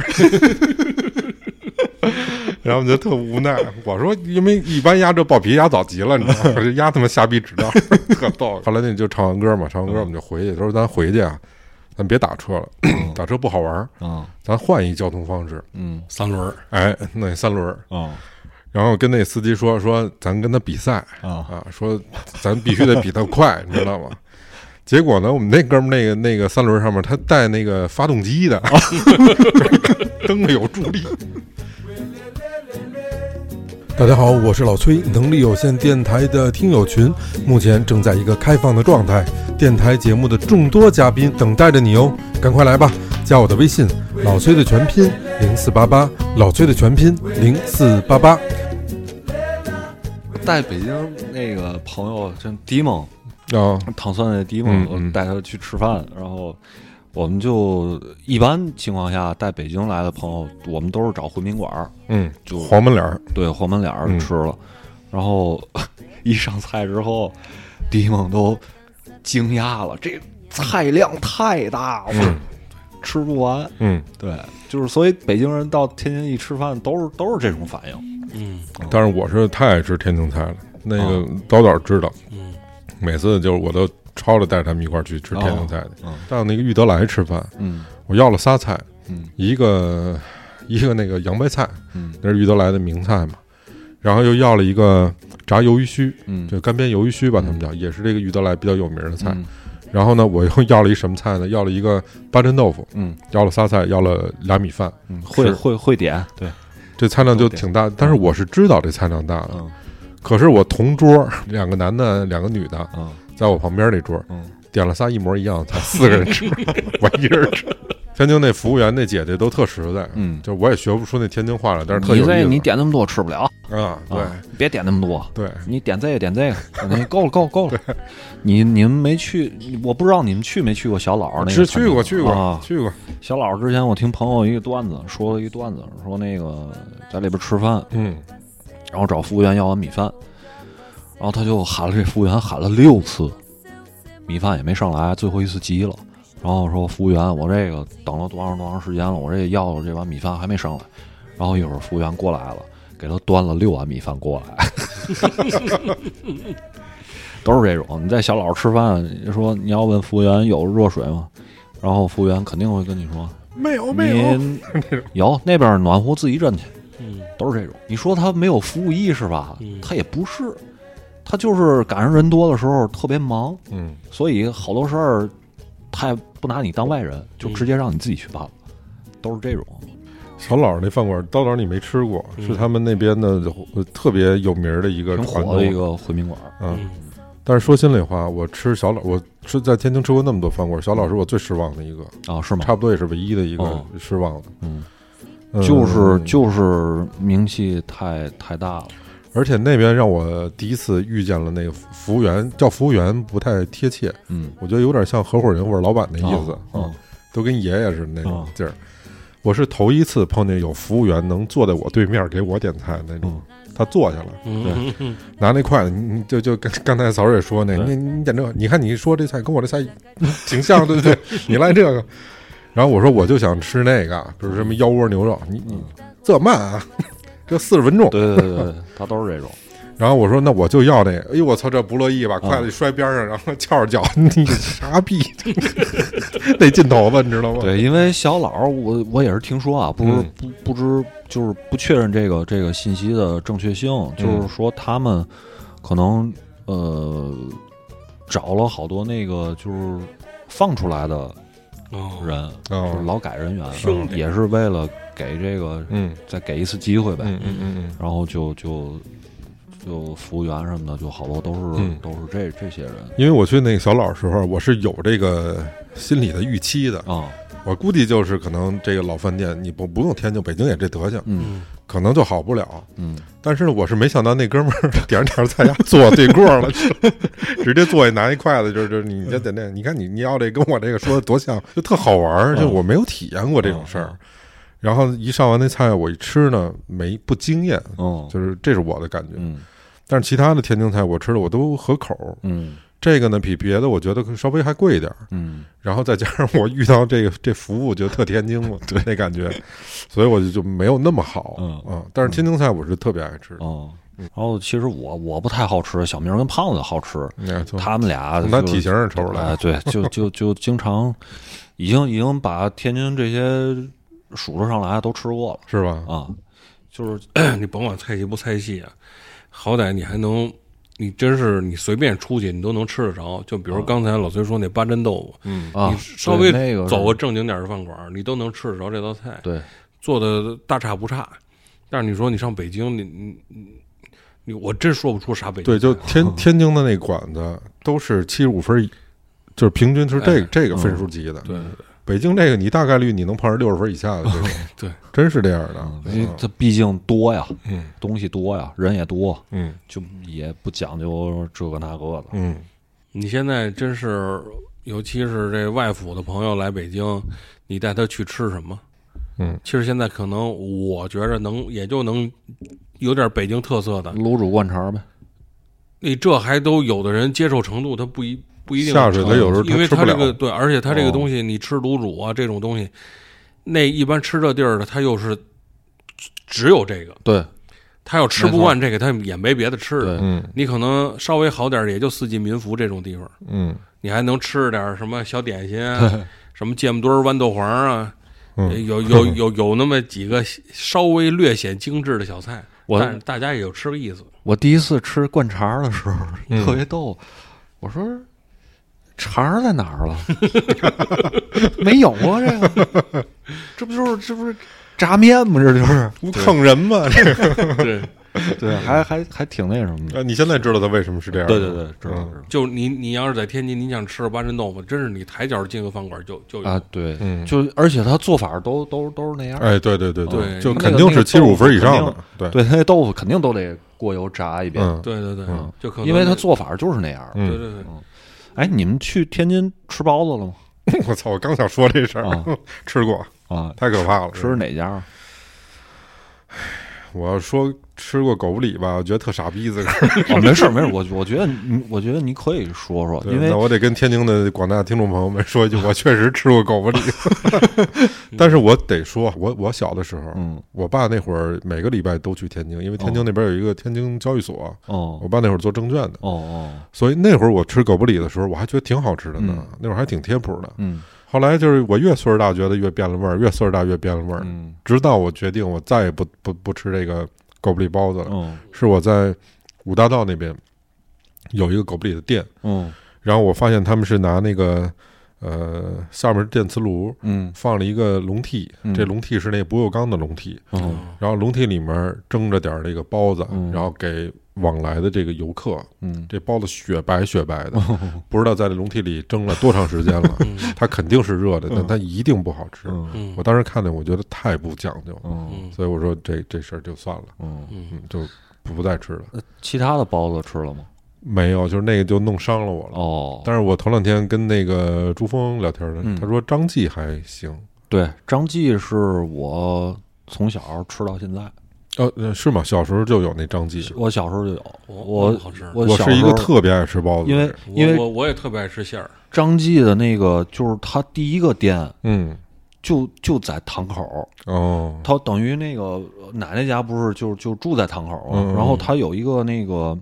Speaker 1: 然后我就特无奈，我说因为一般鸭这爆皮鸭早急了，你知道吗？这鸭他妈瞎逼指道，特逗。后来那就唱完歌嘛，唱完歌我们就回去，他说咱回去啊，咱别打车了， 打车不好玩儿，
Speaker 4: 啊
Speaker 1: 咱换一交通方式。
Speaker 4: 嗯
Speaker 2: 三轮儿，
Speaker 1: 哎，那三轮儿，
Speaker 4: 啊
Speaker 1: 然后跟那司机说说咱跟他比赛
Speaker 4: 啊
Speaker 1: 啊，说咱必须得比他快，你知道吗？ 结果呢，我们那哥们儿那个那个三轮上面他带那个发动机的， 蹬的有助力。大家好，我是老崔，能力有限电台的听友群目前正在一个开放的状态，电台节目的众多嘉宾等待着你哦，赶快来吧！加我的微信，老崔的全拼零四八八，老崔的全拼零四八八。
Speaker 4: 带北京那个朋友，像迪蒙，
Speaker 1: 啊，
Speaker 4: 糖蒜那迪
Speaker 1: 嗯
Speaker 4: 蒙，
Speaker 1: 嗯
Speaker 4: 我带他去吃饭，然后我们就一般情况下带北京来的朋友，我们都是找回民馆儿，
Speaker 1: 嗯，
Speaker 4: 就
Speaker 1: 黄焖脸儿，
Speaker 4: 对黄焖脸儿
Speaker 1: 嗯
Speaker 4: 吃了，然后 一上菜之后，迪蒙都惊讶了，这菜量太大了，吃不完。
Speaker 1: 嗯，
Speaker 4: 对，就是所以北京人到天津一吃饭都是都是这种反应。
Speaker 2: 嗯
Speaker 1: 但是我是太爱吃天津菜了，那个
Speaker 4: 啊
Speaker 1: 早早知道，
Speaker 2: 嗯，
Speaker 1: 每次就是我都抄着带着他们一块儿去吃天津菜去
Speaker 4: 哦嗯。
Speaker 1: 到那个玉德来吃饭，
Speaker 4: 嗯
Speaker 1: 我要了仨菜，
Speaker 4: 嗯
Speaker 1: 一个一个那个洋白菜，
Speaker 4: 嗯
Speaker 1: 那是玉德来的名菜嘛，然后又要了一个炸鱿鱼须，
Speaker 4: 嗯，
Speaker 1: 就干煸鱿鱼须吧，他们叫，也是这个玉德来比较有名的菜
Speaker 4: 嗯。
Speaker 1: 然后呢，我又 要了一什么菜呢？要了一个八珍豆腐，
Speaker 4: 嗯
Speaker 1: 要了仨菜，要了俩米饭，
Speaker 4: 嗯会
Speaker 1: 是
Speaker 4: 会会点，对，
Speaker 1: 这菜量就
Speaker 4: 都点
Speaker 1: 挺大。但是我是知道这菜量大的，
Speaker 4: 嗯
Speaker 1: 可是我同桌两个男的，两个女的，
Speaker 4: 嗯
Speaker 1: 在我旁边那桌
Speaker 4: 嗯
Speaker 1: 点了仨一模一样的菜，四个人 吃，我一人吃。天津那服务员那姐姐都特实在，
Speaker 4: 嗯，
Speaker 1: 就我也学不出那天津话来，但是特
Speaker 4: 你
Speaker 1: 有
Speaker 4: 这你
Speaker 1: 意
Speaker 4: 点那么多吃不了，
Speaker 1: 思啊，对
Speaker 4: 啊，别点那么多。
Speaker 1: 对，
Speaker 4: 你点这个点这个， 你够了够了够了。你你们没去，我不知道你们去没去过小老儿那个
Speaker 1: 是
Speaker 4: 餐
Speaker 1: 去
Speaker 4: 厅
Speaker 1: 过去过
Speaker 4: 啊。
Speaker 1: 去过，
Speaker 4: 小老儿之前我听朋友一个段子，说了一个段子，说那个在里边吃饭，
Speaker 1: 嗯，
Speaker 4: 然后找服务员要碗米饭，然后他就喊了这服务员喊了六次，米饭也没上来，最后一次急了，然后说服务员，我这个等了多长多长时间了，我这要了这碗米饭还没上来，然后一会儿服务员过来了，给他端了六碗米饭过来， 都是这种。你在小老吃饭，你说你要问服务员有热水吗？然后服务员肯定会跟你说
Speaker 1: 没有没有，
Speaker 4: 您有那边暖和自己斟去。
Speaker 2: 嗯
Speaker 4: 都是这种。你说他没有服务意识吧
Speaker 2: 嗯，
Speaker 4: 他也不是，他就是赶上人多的时候特别忙，
Speaker 1: 嗯，
Speaker 4: 所以好多事儿他也不拿你当外人，就
Speaker 2: 嗯
Speaker 4: 直接让你自己去办了，都是这种。
Speaker 1: 小老儿那饭馆，刀刀你没吃过，是他们那边的呃特别有名儿的一个
Speaker 4: 嗯挺
Speaker 1: 传
Speaker 4: 火的一
Speaker 1: 统，
Speaker 4: 个回民馆儿，
Speaker 1: 嗯。
Speaker 2: 嗯
Speaker 1: 但是说心里话，我吃小老，我吃在天津吃过那么多饭馆，小老是我最失望的一个，
Speaker 4: 啊，是吗？
Speaker 1: 差不多也是唯一的一个
Speaker 4: 哦
Speaker 1: 失望的。
Speaker 4: 嗯，
Speaker 1: 嗯
Speaker 4: 就是就是名气太太大了，
Speaker 1: 而且那边让我第一次遇见了那个服务员，叫服务员不太贴切，
Speaker 4: 嗯，
Speaker 1: 我觉得有点像合伙人或者老板的意思，嗯
Speaker 4: 啊啊
Speaker 1: 都跟爷爷似的那种
Speaker 4: 啊
Speaker 1: 劲儿。我是头一次碰见有服务员能坐在我对面给我点菜那
Speaker 4: 哦
Speaker 1: 种，他坐下了，
Speaker 2: 嗯嗯
Speaker 1: 拿那筷子，你你就就跟刚才嫂儿也说那，你
Speaker 4: 对
Speaker 1: 你点这个，你看你说这菜跟我这菜 挺像，对不 对？你来这个，然后我说我就想吃那个，比如什么腰窝牛肉，你你这慢啊， 这四十分钟，
Speaker 4: 对对对 对，对他都是这种。
Speaker 1: 然后我说那我就要那个，哎呦我操这不乐意，
Speaker 4: 啊
Speaker 1: 把筷子一摔边上，然后翘着脚， 你傻逼， 得进头发，你知道吗？
Speaker 4: 对，因为小老儿，我我也是听说啊，不是、
Speaker 1: 嗯
Speaker 4: 不不知就是不确认这个这个信息的正确性，
Speaker 1: 嗯
Speaker 4: 就是说他们可能呃找了好多那个就是放出来的
Speaker 2: 哦
Speaker 4: 人，
Speaker 1: 哦
Speaker 4: 就是劳改人员，啊
Speaker 2: 兄弟
Speaker 4: 也是为了给这个
Speaker 1: 嗯，
Speaker 4: 再给一次机会呗，
Speaker 1: 嗯嗯嗯
Speaker 4: 然后就就就服务员什么的，就好多都是、
Speaker 1: 嗯
Speaker 4: 都是这这些人
Speaker 1: 嗯，因为我去那个小老的时候，我是有这个心理的预期的，
Speaker 4: 啊，
Speaker 1: 我估计就是可能这个老饭店，你不不用天津，北京也这德行，
Speaker 4: 嗯
Speaker 1: 可能就好不了。
Speaker 4: 嗯，
Speaker 1: 但是呢，我是没想到那哥们儿 点着点着在家坐对过了， 就直接坐下拿一筷子，就是就是你就在那，你看你你要这跟我这个说的多像，就特好玩儿，就我没有体验过这种事儿。然后一上完那菜，我一吃呢，没不惊艳，
Speaker 4: 哦，
Speaker 1: 嗯就是这是我的感觉。
Speaker 4: 嗯
Speaker 1: 但是其他的天津菜我吃的我都合口，
Speaker 4: 嗯
Speaker 1: 这个呢比别的我觉得稍微还贵一点儿，
Speaker 4: 嗯
Speaker 1: 然后再加上我遇到这个 这服务，觉得特天津 嘛，对那感觉，所以我就就没有那么好，
Speaker 4: 嗯
Speaker 1: 啊，但是天津菜我是特别爱吃的，
Speaker 4: 哦。
Speaker 1: 嗯
Speaker 4: 然后其实我我不太好吃，小明跟胖子好吃，
Speaker 1: 你看从
Speaker 4: 他们俩
Speaker 1: 嗯从他
Speaker 4: 就
Speaker 1: 体型上瞅出
Speaker 4: 哎
Speaker 1: 来，
Speaker 4: 对，就就就经常已经已经把天津这些数得上来的都吃过了
Speaker 1: 是吧？
Speaker 4: 啊，就是
Speaker 2: 你甭管菜系不菜系啊，好歹你还能，你真是你随便出去你都能吃得着。就比如刚才老崔说那八珍豆腐，
Speaker 1: 嗯
Speaker 4: 啊
Speaker 2: 你，稍微
Speaker 4: 对那个是
Speaker 2: 走个正经点儿的饭馆儿，你都能吃得着这道菜，
Speaker 4: 对，
Speaker 2: 做的大差不差。但是你说你上北京，你你你你，我真说不出啥北京
Speaker 1: 对，
Speaker 2: 菜。
Speaker 1: 就 天天津的那馆子都是七十五分以，就是平均是这
Speaker 4: 哎
Speaker 1: 个
Speaker 4: 嗯
Speaker 1: 这个分数级的，
Speaker 2: 对对
Speaker 1: 北京这个你大概率你能碰上六十分以下的 这种，
Speaker 2: 对，
Speaker 1: 真是这样的，
Speaker 4: 因为它毕竟多呀，
Speaker 1: 嗯
Speaker 4: 东西多呀，人也多，
Speaker 1: 嗯
Speaker 4: 就也不讲究这个那个的。
Speaker 1: 嗯，
Speaker 2: 你现在真是，尤其是这外府的朋友来北京，你带他去吃什么？
Speaker 1: 嗯，
Speaker 2: 其实现在可能我觉着能也就能有点北京特色的，
Speaker 4: 卤煮灌肠呗，
Speaker 2: 你这还都有的人接受程度，他不一不一定
Speaker 1: 下水
Speaker 2: 成
Speaker 1: 他有时候
Speaker 2: 因为
Speaker 1: 吃不
Speaker 2: 他这个
Speaker 1: 了，
Speaker 2: 对，而且他这个
Speaker 1: 哦
Speaker 2: 东西，你吃卤煮啊这种东西，那一般吃这地儿的，他又是只只有这个，
Speaker 4: 对
Speaker 2: 他要吃不惯这个，他也没别的吃的。
Speaker 4: 对，
Speaker 1: 嗯
Speaker 2: 你可能稍微好点儿，也就四季民福这种地方，
Speaker 1: 嗯
Speaker 2: 你还能吃点儿什么小点 心啊，什么芥末墩儿豌豆黄啊，
Speaker 1: 嗯，
Speaker 2: 有有有有那么几个 稍微略显精致的小菜，
Speaker 4: 我
Speaker 2: 但是大家也有吃个 意思。
Speaker 4: 我第一次吃灌肠儿的时 候
Speaker 1: 嗯
Speaker 4: 特别逗，我说肠儿在哪儿了？ 没有啊，这个， 这不就是这不是炸面吗？这就是
Speaker 1: 不坑人吗？这个
Speaker 2: 对，
Speaker 4: 对，还还还挺那什么的。
Speaker 1: 啊 你现在知道他为什么是这样？嗯
Speaker 4: 对对对，，知道知
Speaker 2: 就你你要是在天津，你想吃八珍豆腐，真是你抬脚进个饭馆就就有
Speaker 4: 道啊，对，
Speaker 1: 嗯
Speaker 4: 就而且他做法都都都是那样儿，
Speaker 1: 哎，对对对
Speaker 2: 对
Speaker 1: 就
Speaker 2: 那
Speaker 1: 肯
Speaker 4: 个
Speaker 1: 定
Speaker 4: 那
Speaker 1: 是
Speaker 4: 个
Speaker 1: 七十五
Speaker 4: 豆腐
Speaker 1: 分以上
Speaker 4: 肯
Speaker 1: 的，对，
Speaker 4: 对他那豆腐肯定都得过油炸一遍，
Speaker 1: 嗯，
Speaker 2: 对对对，
Speaker 1: 嗯
Speaker 2: 就可能
Speaker 4: 因为他做法就是那样儿。
Speaker 2: 对
Speaker 1: 嗯
Speaker 2: 对对，
Speaker 4: 哎，你们去天津吃包子了吗？
Speaker 1: 我操！我刚想说这事儿，
Speaker 4: 啊
Speaker 1: 吃过
Speaker 4: 啊，
Speaker 1: 太可怕了。
Speaker 4: 吃哪家啊儿？
Speaker 1: 我要说吃过狗不理吧，我觉得特傻逼自个 儿。
Speaker 4: 哦，没事儿没事儿，我我觉得你，我觉得你可以说说，
Speaker 1: 对
Speaker 4: 因为
Speaker 1: 那我得跟天津的广大听众朋友们说一句，我确实吃过狗不 理， 但是我得说，我我小的时候，
Speaker 4: 嗯
Speaker 1: 我爸那会儿每个礼拜都去天津，因为天津那边有一个天津交易所，
Speaker 4: 哦
Speaker 1: 我爸那会儿做证券的，
Speaker 4: 哦哦，
Speaker 1: 所以那会儿我吃狗不理的时候，我还觉得挺好吃的呢，那会儿还挺贴谱的。
Speaker 4: 嗯
Speaker 1: 后来就是我越岁数大，觉得越变了味儿，越岁数大越变了味儿，
Speaker 4: 嗯
Speaker 1: 直到我决定我再也不不不吃这个狗不理包子了。
Speaker 4: 嗯
Speaker 1: 是我在五大道那边有一个狗不理的店，
Speaker 4: 嗯
Speaker 1: 然后我发现他们是拿那个呃下面是电磁炉
Speaker 4: 嗯
Speaker 1: 放了一个笼屉，
Speaker 4: 嗯
Speaker 1: 这笼屉是那不锈钢的笼屉，
Speaker 4: 嗯
Speaker 1: 然后笼屉里面蒸着点儿这个包子，
Speaker 4: 嗯
Speaker 1: 然后给往来的这个游客，
Speaker 4: 嗯，
Speaker 1: 这包子雪白雪白的，
Speaker 4: 哦
Speaker 1: 不知道在这笼屉里蒸了多长时间 了，它肯定是热的，但它一定不好吃。
Speaker 4: 嗯
Speaker 2: 嗯
Speaker 1: 我当时看见，我觉得太不讲究，
Speaker 4: 嗯
Speaker 2: 嗯
Speaker 1: 所以我说这这事儿就算了，
Speaker 4: 嗯，
Speaker 1: 嗯，就不再吃了。
Speaker 4: 呃其他的包子吃了吗？
Speaker 1: 没有，就是那个就弄伤了我了。
Speaker 4: 哦，
Speaker 1: 但是我头两天跟那个朱峰聊天了，
Speaker 4: 嗯
Speaker 1: 他说张记还行，
Speaker 4: 对，张记是我从小吃到现在，哦
Speaker 1: 呃，呃是吗？小时候就有那张记，
Speaker 4: 我小时候就有，
Speaker 2: 我
Speaker 4: 我
Speaker 2: 不好吃
Speaker 4: 我
Speaker 1: 我
Speaker 4: 小
Speaker 1: 是一
Speaker 4: 时
Speaker 1: 个
Speaker 4: 候
Speaker 1: 特别爱吃包子的
Speaker 4: 因
Speaker 1: 人，
Speaker 4: 为
Speaker 2: 我
Speaker 4: 因为
Speaker 2: 我我也特别爱吃馅儿，
Speaker 4: 张记的那个就是他第一个店
Speaker 1: 嗯
Speaker 4: 就就在堂口儿，
Speaker 1: 哦
Speaker 4: 他等于那个呃奶奶家不是就就住在堂口儿
Speaker 1: 嗯嗯
Speaker 4: 嘛，
Speaker 1: 嗯
Speaker 4: 然后他有一个那个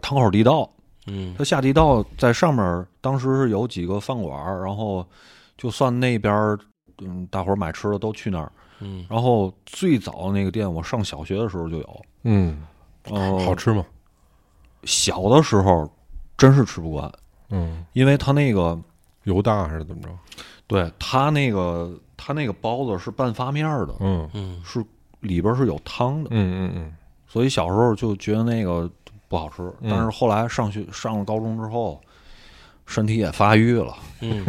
Speaker 4: 堂口地道，
Speaker 2: 嗯
Speaker 4: 他下地道在上面儿，当时是有几个饭馆儿，然后就算那边儿嗯大伙儿买吃的都去那儿，
Speaker 2: 嗯，
Speaker 4: 然后最早那个店我上小学的时候就有，
Speaker 1: 嗯，
Speaker 4: 呃，
Speaker 1: 好吃吗？
Speaker 4: 小的时候真是吃不惯，
Speaker 1: 嗯，
Speaker 4: 因为他那个
Speaker 1: 油大还是怎么着？
Speaker 4: 对他那个他那个包子是半发面儿的，
Speaker 1: 嗯
Speaker 4: 是里边儿是有汤的。
Speaker 1: 嗯嗯
Speaker 4: 所以小时候就觉得那个不好吃，
Speaker 1: 嗯
Speaker 4: 但是后来上学上了高中之后，身体也发育了，
Speaker 2: 嗯，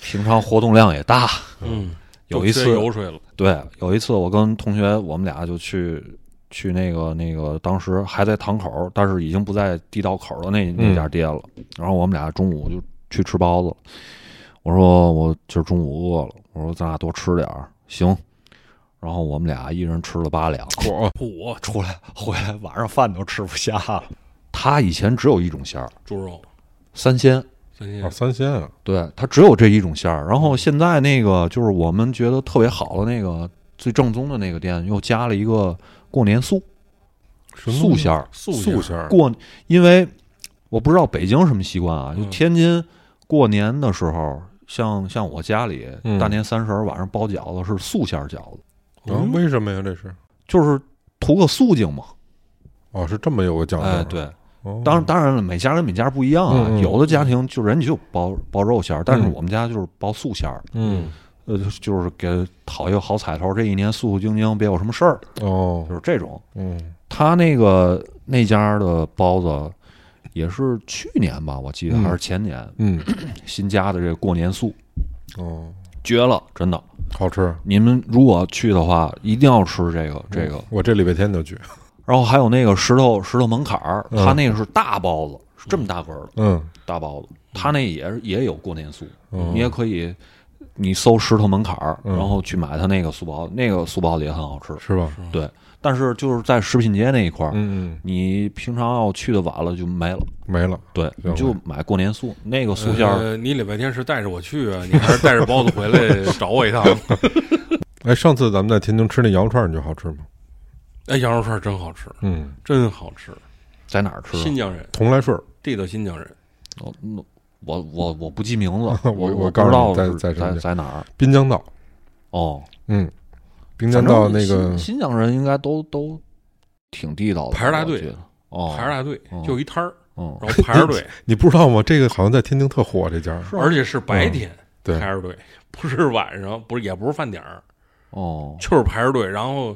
Speaker 4: 体平常活动量也大。
Speaker 2: 嗯，
Speaker 4: 有一
Speaker 2: 就
Speaker 4: 次
Speaker 2: 缺油水了，
Speaker 4: 对，有一次我跟同学，我们俩就去去那个那个，当时还在堂口，但是已经不在地道口的那
Speaker 2: 嗯
Speaker 4: 那家店了。然后我们俩中午就去吃包子了。我说我今儿中午饿了，我说咱俩多吃点儿，行。然后我们俩一人吃了八两，
Speaker 1: 我
Speaker 4: 我出来回来晚上饭都吃不下了。他以前只有一种馅儿，
Speaker 2: 猪肉
Speaker 4: 三鲜。
Speaker 2: 三鲜
Speaker 1: 啊，三鲜啊，
Speaker 4: 对，它只有这一种馅儿。然后现在那个就是我们觉得特别好的那个最正宗的那个店，又加了一个过年素
Speaker 1: 什么
Speaker 4: 素馅儿。
Speaker 2: 素
Speaker 1: 素
Speaker 2: 馅
Speaker 1: 馅
Speaker 2: 儿
Speaker 1: 儿，
Speaker 4: 过，因为我不知道北京什么习惯啊，就
Speaker 2: 嗯
Speaker 4: 天津过年的时候，像像我家里
Speaker 1: 嗯
Speaker 4: 大年三十儿晚上包饺子是素馅儿饺子，
Speaker 1: 啊
Speaker 2: 嗯
Speaker 1: 为什么呀？这是
Speaker 4: 就是图个素净嘛。
Speaker 1: 哦，是这么有个讲究、
Speaker 4: 哎，对，
Speaker 1: 哦，
Speaker 4: 当然当然了，每家跟每家不一样啊，
Speaker 1: 嗯嗯
Speaker 4: 有的家庭就人家就包包肉馅儿，但是
Speaker 1: 嗯
Speaker 4: 我们家就是包素馅儿。
Speaker 1: 嗯，
Speaker 4: 呃，就是就是给讨一个好彩头，这一年素素经经，别有什么事儿，
Speaker 1: 哦
Speaker 4: 就，是这种。
Speaker 1: 嗯
Speaker 4: 他那个那家的包子也是去年吧，我记得
Speaker 1: 嗯
Speaker 4: 还是前年
Speaker 1: 嗯，
Speaker 4: 新加的这个过年素，
Speaker 1: 哦，
Speaker 4: 绝了，真的。
Speaker 1: 好吃。
Speaker 4: 你们如果去的话，一定要吃这个这个。
Speaker 1: 我这礼拜天就去，
Speaker 4: 然后还有那个石头石头门槛儿，
Speaker 1: 嗯
Speaker 4: 他那个是大包子，是这么大个儿的
Speaker 1: 嗯，
Speaker 4: 大包子，他那也是也有过年素，
Speaker 1: 哦
Speaker 4: 你也可以。你搜石头门槛儿，
Speaker 1: 嗯
Speaker 4: 然后去买他那个素包，那个素包子也很好吃。
Speaker 1: 是吧？
Speaker 4: 对，但是就是在食品街那一块儿，
Speaker 1: 嗯嗯，
Speaker 4: 你平常要去的晚了就没了。
Speaker 1: 没了。
Speaker 4: 对，
Speaker 1: 白
Speaker 4: 你就买过年素，那个素馅儿
Speaker 2: 呃，你礼拜天是带着我去啊，你还是带着包子回 来找我一趟？
Speaker 1: 哎，上次咱们在天津吃那羊肉串，你觉得好吃吗？
Speaker 2: 哎，羊肉串真好吃，
Speaker 1: 嗯，
Speaker 2: 真好吃。
Speaker 4: 在哪儿吃啊？
Speaker 2: 新疆人，
Speaker 1: 同来顺儿，
Speaker 2: 地道新疆人，
Speaker 4: 哦那我我我不记名字，
Speaker 1: 我
Speaker 4: 我
Speaker 1: 我
Speaker 4: 不
Speaker 1: 告
Speaker 4: 知
Speaker 1: 诉
Speaker 4: 道
Speaker 1: 你在
Speaker 4: 是
Speaker 1: 在什么
Speaker 4: 在
Speaker 1: 地
Speaker 4: 在哪儿。
Speaker 1: 滨江道，
Speaker 4: 哦，
Speaker 1: 嗯，滨江
Speaker 4: 反
Speaker 1: 道
Speaker 4: 正
Speaker 1: 那个
Speaker 4: 新新疆人应该都都挺地道的，
Speaker 2: 排着大
Speaker 4: 我
Speaker 2: 队
Speaker 4: 觉得。哦，
Speaker 2: 排着大队
Speaker 4: 哦，
Speaker 2: 就一摊儿，
Speaker 4: 嗯，
Speaker 2: 然后排 着队，
Speaker 1: 你不知道吗？这个好像在天津特火，这家
Speaker 4: 啊
Speaker 2: 而且是白天
Speaker 1: 对
Speaker 2: 排着队，不是晚上，不是也不是饭点儿，
Speaker 4: 哦，
Speaker 2: 就是排着队，然后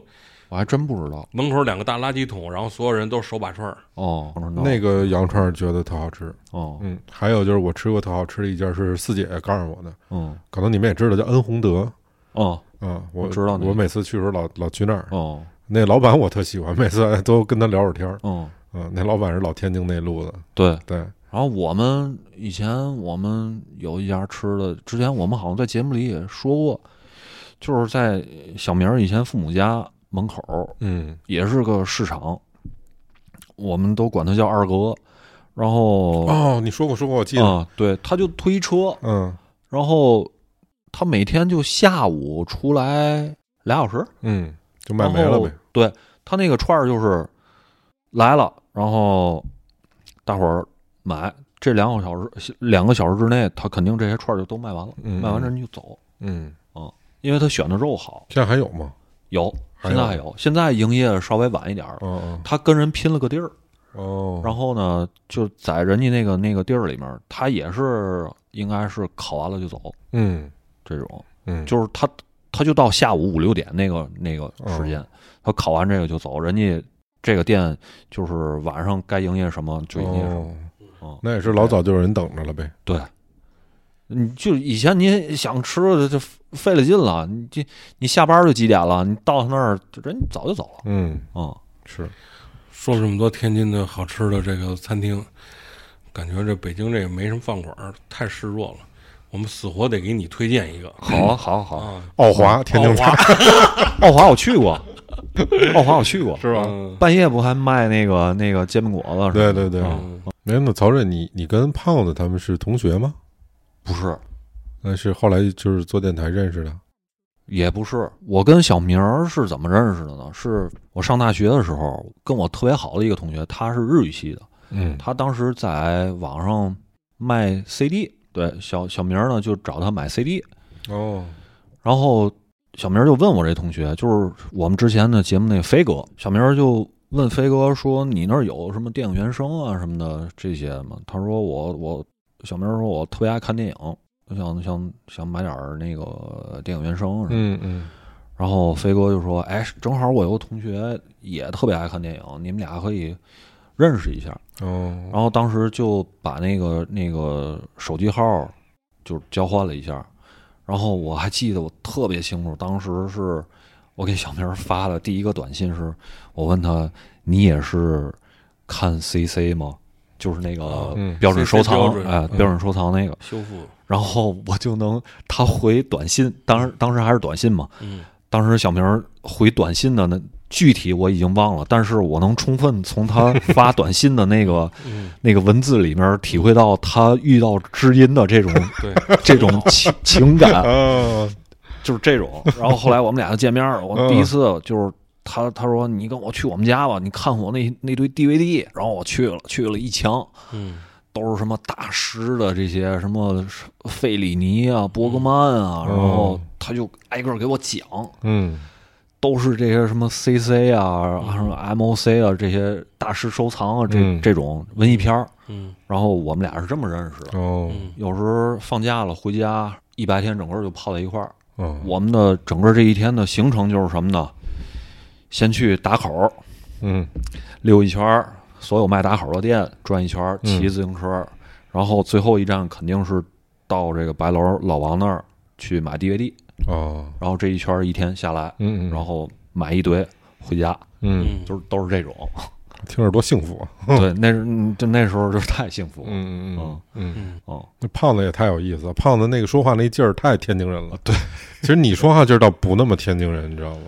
Speaker 4: 我还真不知道。
Speaker 2: 门口两个大垃圾桶，然后所有人都手把串儿，
Speaker 4: 哦，
Speaker 1: 那个羊肉串觉得特好吃。
Speaker 4: 哦，
Speaker 1: 嗯，还有就是我吃过特好吃的一家是四姐告诉我的，
Speaker 4: 嗯
Speaker 1: 可能你们也知道，叫恩宏德。
Speaker 4: 哦
Speaker 1: 啊，
Speaker 4: 我
Speaker 1: 我
Speaker 4: 知道那
Speaker 1: 我
Speaker 4: 个
Speaker 1: 每次去的时候老老去那儿。
Speaker 4: 哦
Speaker 1: 那老板我特喜欢，每次都跟他聊会儿天儿。
Speaker 4: 嗯，
Speaker 1: 啊，那老板是老天津那路子，
Speaker 4: 对，
Speaker 1: 对，
Speaker 4: 然后我们以前我们有一家吃的，之前我们好像在节目里也说过，就是在小明儿以前父母家门口儿
Speaker 1: 嗯，
Speaker 4: 也是个市场，我们都管他叫二哥。然后啊、
Speaker 1: 哦，你说过说过，我记得，
Speaker 4: 对，他就推车，
Speaker 1: 嗯
Speaker 4: 然后他每天就下午出来俩小时，
Speaker 1: 嗯，就卖没了
Speaker 4: 然后
Speaker 1: 呗，
Speaker 4: 对他那个串儿就是来了，然后大伙儿买，这两个小时两个小时之内，他肯定这些串儿就都卖完了，
Speaker 1: 嗯
Speaker 4: 卖完人就走，
Speaker 1: 嗯，
Speaker 4: 因为他选的肉好。
Speaker 1: 现在还有吗？
Speaker 4: 有，
Speaker 1: 还
Speaker 4: 现在还
Speaker 1: 有
Speaker 4: 有，现在营业稍微晚一点儿了。
Speaker 1: 哦
Speaker 4: 他跟人拼了个地儿，
Speaker 1: 哦哦，
Speaker 4: 然后呢，就在人家那个那个地儿里面，他也是应该是烤完了就走
Speaker 1: 嗯
Speaker 4: 这种，
Speaker 1: 嗯，
Speaker 4: 就是他他就到下午五六点那个那个
Speaker 1: 哦
Speaker 4: 时间，他烤完这个就走，人家这个店就是晚上该营业什么就营业什么，
Speaker 1: 哦
Speaker 4: 嗯
Speaker 1: 那也是老早就有人等着了呗，
Speaker 4: 对。你就以前你想吃的就费了劲了，你这你下班就几点了？你到他那儿人早就走了，
Speaker 1: 嗯，
Speaker 4: 嗯，
Speaker 1: 是，
Speaker 2: 说了这么多天津的好吃的这个餐厅，感觉这北京这也没什么饭馆儿，太示弱了。我们死活得给你推荐一个
Speaker 4: 好啊，好啊，好啊。
Speaker 2: 啊，
Speaker 1: 奥华天津菜
Speaker 2: 菜
Speaker 4: 奥华我去过，奥华我去过，
Speaker 1: 嗯
Speaker 4: 嗯
Speaker 1: 是吧？
Speaker 2: 啊
Speaker 4: 半夜不还卖那个那个煎饼果子？
Speaker 1: 对，对啊对，
Speaker 2: 嗯，
Speaker 1: 没那曹睿，你你跟胖子他们是同学吗？
Speaker 4: 不是，
Speaker 1: 那是后来就是做电台认识的，
Speaker 4: 也不是。我跟小明儿是怎么认识的呢？是我上大学的时候，跟我特别好的一个同学，他是日语系的，
Speaker 1: 嗯
Speaker 4: 他当时在网上卖 CD，对，小小明儿呢就找他买 CD，
Speaker 1: 哦，
Speaker 4: 然后小明儿就问我这同学，就是我们之前的节目那飞哥，小明儿就问飞哥说：“你那儿有什么电影原声啊什么的这些吗？”他说我：“我小明儿说我特别爱看电影，我想想想买点儿那个电影原声。”啊
Speaker 1: 嗯嗯
Speaker 4: 然后飞哥就说：“哎，正好我有个同学也特别爱看电影，你们俩可以认识一下。”
Speaker 1: 哦，
Speaker 4: 然后当时就把那个那个手机号就交换了一下，然后我还记得我特别清楚，当时是我给小明儿发的第一个短信是，我问他你也是看 CC 吗？就是那个
Speaker 1: 嗯
Speaker 4: 标准
Speaker 2: CC
Speaker 4: 收藏，
Speaker 2: 标准嗯
Speaker 4: 哎，标准收藏那个。
Speaker 2: 修复，
Speaker 4: 然后我就能他回短信，当时当时还是短信嘛，
Speaker 2: 嗯，
Speaker 4: 当时小明儿回短信的那具体我已经忘了，但是我能充分从他发短信的那个、
Speaker 2: 嗯
Speaker 4: 那个文字里面体会到他遇到知音的这种
Speaker 2: 对，
Speaker 4: 这种情情感，
Speaker 1: 啊，
Speaker 4: 就是这种。然后后来我们俩就见面了，我第一次就是。他他说你跟我去我们家吧，你看我那那堆 DVD，然后我去了去了一墙，
Speaker 2: 嗯，
Speaker 4: 都是什么大师的这些什么费里尼啊、伯格曼啊，然后他就挨个给我讲，
Speaker 1: 嗯
Speaker 4: 都是这些什么 CC 啊、什么 MOC 啊这些大师收藏啊这、
Speaker 1: 嗯
Speaker 4: 这种文艺片儿。
Speaker 2: 嗯，
Speaker 4: 然后我们俩是这么认识的，
Speaker 1: 哦
Speaker 4: 有时候放假了回家一白天整个就泡在一块儿。
Speaker 1: 哦，
Speaker 4: 我们的整个这一天的行程就是什么呢？先去打口儿
Speaker 1: 嗯
Speaker 4: 溜一圈儿，所有卖打口的店转一圈儿，
Speaker 1: 嗯
Speaker 4: 骑自行车，然后最后一站肯定是到这个白楼老王那儿去买 DVD，
Speaker 1: 哦，
Speaker 4: 然后这一圈儿一天下来，
Speaker 1: 嗯嗯，
Speaker 4: 然后买一堆回家，
Speaker 1: 嗯，
Speaker 2: 嗯，
Speaker 4: 就是都是 这种。
Speaker 1: 听着多幸福啊！
Speaker 4: 对，那是嗯就那时候就是太幸福了。
Speaker 1: 嗯嗯嗯嗯，
Speaker 4: 哦，
Speaker 1: 那胖子也太有意思了，胖子那个说话那劲儿太天津人了。对，其实你说话劲儿倒不那么天津人，你知道吗？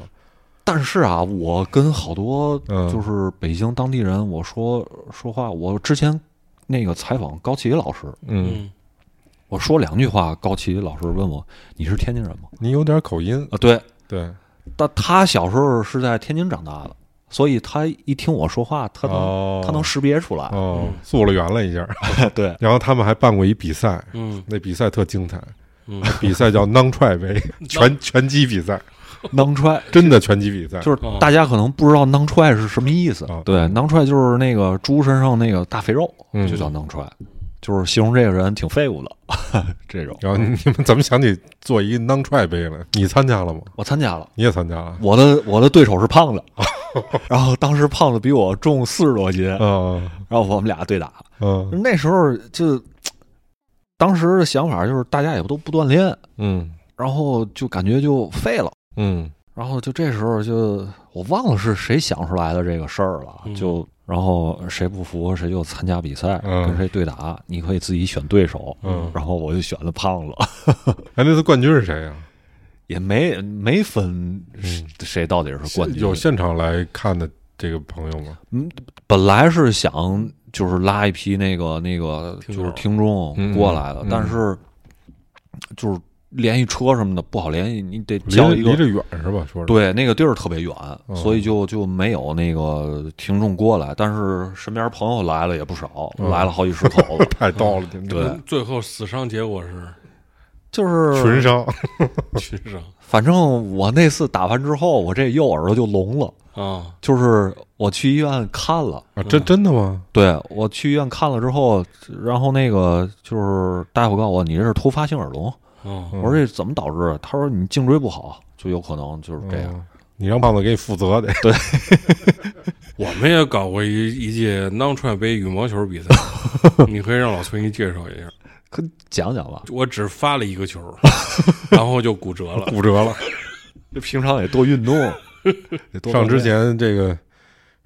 Speaker 4: 但是啊，我跟好多
Speaker 1: 嗯
Speaker 4: 就是北京当地人，我说说话，我之前那个采访高奇老师，
Speaker 1: 嗯，
Speaker 2: 嗯，
Speaker 4: 我说两句话，高奇老师问我你是天津人吗？
Speaker 1: 你有点口音，
Speaker 4: 啊，对，
Speaker 1: 对，
Speaker 4: 但他小时候是在天津长大的，所以他一听我说话，他能、
Speaker 1: 哦
Speaker 4: 他能识别出来。
Speaker 1: 哦，溯了源了一下。
Speaker 4: 对，
Speaker 1: 然后他们还办过一比赛，
Speaker 2: 嗯，
Speaker 1: 那比赛特精彩，
Speaker 2: 嗯，
Speaker 1: 比赛叫 Non Try 杯，拳拳击比赛，
Speaker 4: 囊踹
Speaker 1: 真的拳击比赛，
Speaker 4: 就是
Speaker 2: 哦
Speaker 4: 大家可能不知道囊踹是什么意思。
Speaker 1: 哎哦
Speaker 4: 对，囊踹就是那个猪身上那个大肥肉，
Speaker 1: 嗯
Speaker 4: 就叫囊踹，就是形容这个人挺废物的 这种。
Speaker 1: 然后你们怎么想起做一 Non Try 杯来？你参加了吗？
Speaker 4: 我参加了。
Speaker 1: 你也参加了？
Speaker 4: 我的我的对手是胖子， 然后当时胖子比我重四十多斤，然
Speaker 1: 嗯
Speaker 4: 后我们俩对打。
Speaker 1: 嗯
Speaker 4: 那时候就，当时的想法就是大家也都不锻炼，
Speaker 1: 嗯
Speaker 4: 然后就感觉就废了。
Speaker 1: 嗯
Speaker 4: 然后就这时候就我忘了是谁想出来的这个事儿了，
Speaker 2: 嗯
Speaker 4: 就然后谁不服谁就参加比赛，
Speaker 1: 嗯
Speaker 4: 跟谁对打，你可以自己选对手。
Speaker 1: 嗯，
Speaker 4: 然后我就选了胖子，
Speaker 1: 哎，那次冠军是谁呀？
Speaker 4: 也没没分
Speaker 1: 嗯
Speaker 4: 谁谁到底是啊冠军。
Speaker 1: 有现场来看的这个朋友吗？
Speaker 4: 本来是想就是拉一批那个那个
Speaker 2: 听
Speaker 4: 就
Speaker 2: 众
Speaker 4: 是听众
Speaker 1: 嗯
Speaker 4: 过来的，
Speaker 1: 嗯
Speaker 4: 但是就是联系车什么的不好联系，你得
Speaker 1: 离着
Speaker 4: 叫一个
Speaker 1: 离着远是吧？说是
Speaker 4: 对，那个地儿特别远，
Speaker 1: 嗯
Speaker 4: 所以就就没有那个听众过来，但是身边朋友来了也不少，
Speaker 1: 嗯，
Speaker 4: 来了好几十口 子
Speaker 1: 太逗了，真的
Speaker 4: 嗯对，
Speaker 2: 最后死伤结果是
Speaker 4: 就是嗯
Speaker 1: 群伤，
Speaker 2: 群伤
Speaker 4: 反正我那次打完之后，我这右耳朵就聋了，
Speaker 2: 啊，
Speaker 4: 就是我去医院看了，
Speaker 1: 啊真真的吗？
Speaker 4: 对我去医院看了之后，然后那个就是大夫告诉我你这是突发性耳聋，
Speaker 2: 嗯，
Speaker 4: 我说这怎么导致的？他说你颈椎不好，就有可能就是这样。
Speaker 1: 嗯，你让胖子给你负责得，
Speaker 2: 我们也搞过一一届 non 踹杯羽毛球 比赛，你可以让老崔给你介绍一下。
Speaker 4: 可讲讲吧，
Speaker 2: 我只发了一 个球，然后就骨折了。
Speaker 1: 骨折了。
Speaker 4: 这平常也多运动， 得多
Speaker 1: 上
Speaker 4: 锻
Speaker 1: 之
Speaker 4: 炼
Speaker 1: 前这个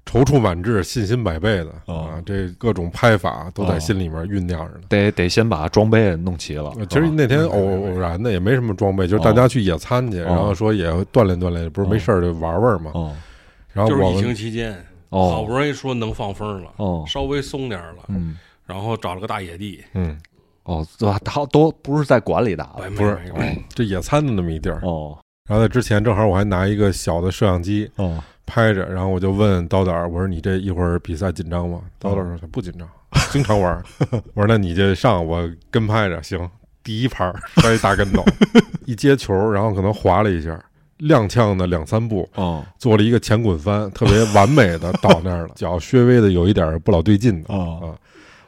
Speaker 1: 踌躇满志、信心百倍的、
Speaker 4: 哦
Speaker 1: 啊，这各种拍法都在心里面酝酿着呢。
Speaker 4: 得得先把装备弄齐了
Speaker 1: 呃。其实
Speaker 4: 是吧
Speaker 1: 那天偶偶然的也没什么装备，就是大家去野餐去，
Speaker 4: 哦
Speaker 1: 然后说也锻炼锻炼，不是没事儿就玩玩嘛。
Speaker 4: 哦
Speaker 1: 然后
Speaker 2: 就是
Speaker 1: 啊我
Speaker 2: 疫情
Speaker 1: 们
Speaker 2: 期间，
Speaker 4: 哦
Speaker 2: 好不容易说能放风了，
Speaker 4: 哦
Speaker 2: 稍微松点儿了，
Speaker 4: 嗯
Speaker 2: 然后找了个大野地，
Speaker 1: 嗯，
Speaker 4: 哦，对吧？他都不是在馆里打
Speaker 2: 哎
Speaker 4: 的
Speaker 2: 没
Speaker 1: 啊不是
Speaker 2: 没没
Speaker 1: 这野餐的那么一地儿。
Speaker 4: 哦
Speaker 1: 然后在之前正好我还拿一个小的摄像机
Speaker 4: 哦，
Speaker 1: 拍着，然后我就问刀导儿，我说你这一会儿比赛紧张吗？刀导儿说他不紧张，经常 玩儿。我说那你就上，我跟拍着行。第一盘儿摔一大跟 头，一接球，然后可能滑了一下，踉跄的两三步，
Speaker 4: 哦
Speaker 1: 做了一个前滚翻，特别完美的倒那儿了， 脚稍微的有一点不老对劲的，
Speaker 4: 哦，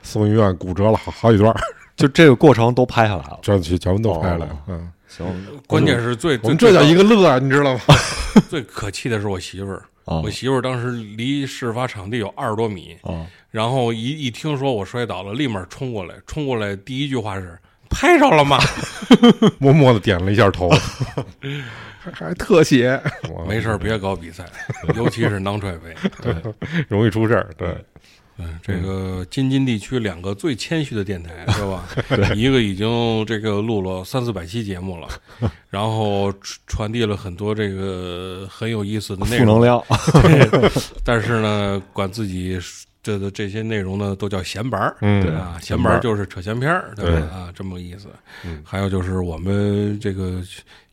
Speaker 1: 送医院骨折了好好几段儿，
Speaker 4: 就这个过程都拍下来了。
Speaker 1: 全全全部都拍了。嗯，
Speaker 4: 行
Speaker 2: 关键是最
Speaker 1: 我
Speaker 2: 最
Speaker 1: 们这叫一
Speaker 2: 个
Speaker 1: 个乐啊，你知道吗？
Speaker 2: 最可气的是我媳妇儿，
Speaker 4: 哦
Speaker 2: 我媳妇儿当时离事发场地有二十多米，
Speaker 4: 哦
Speaker 2: 然后一一听说我摔倒了，立马冲过来，冲过来第一句话是拍着了吗？
Speaker 1: 默默的点了一下 头，还还特写，哇
Speaker 2: 没事儿，别搞比赛， 尤其是囊踹杯。对，
Speaker 1: 容易出事儿。对，
Speaker 2: 嗯，这个京津地区两个最谦虚的电 台是吧？一个已经这个录了三四百期节目 了，然后传传递了很多这个很有意思的内
Speaker 4: 负
Speaker 2: 容
Speaker 4: 能，量，
Speaker 2: 但是呢，管自己这的这些内容呢，都叫闲白儿，
Speaker 1: 嗯
Speaker 2: 对啊，闲白
Speaker 1: 白
Speaker 2: 儿
Speaker 1: 儿
Speaker 2: 就是扯闲篇儿，对吧？嗯啊，这么个意思。还有就是我们这个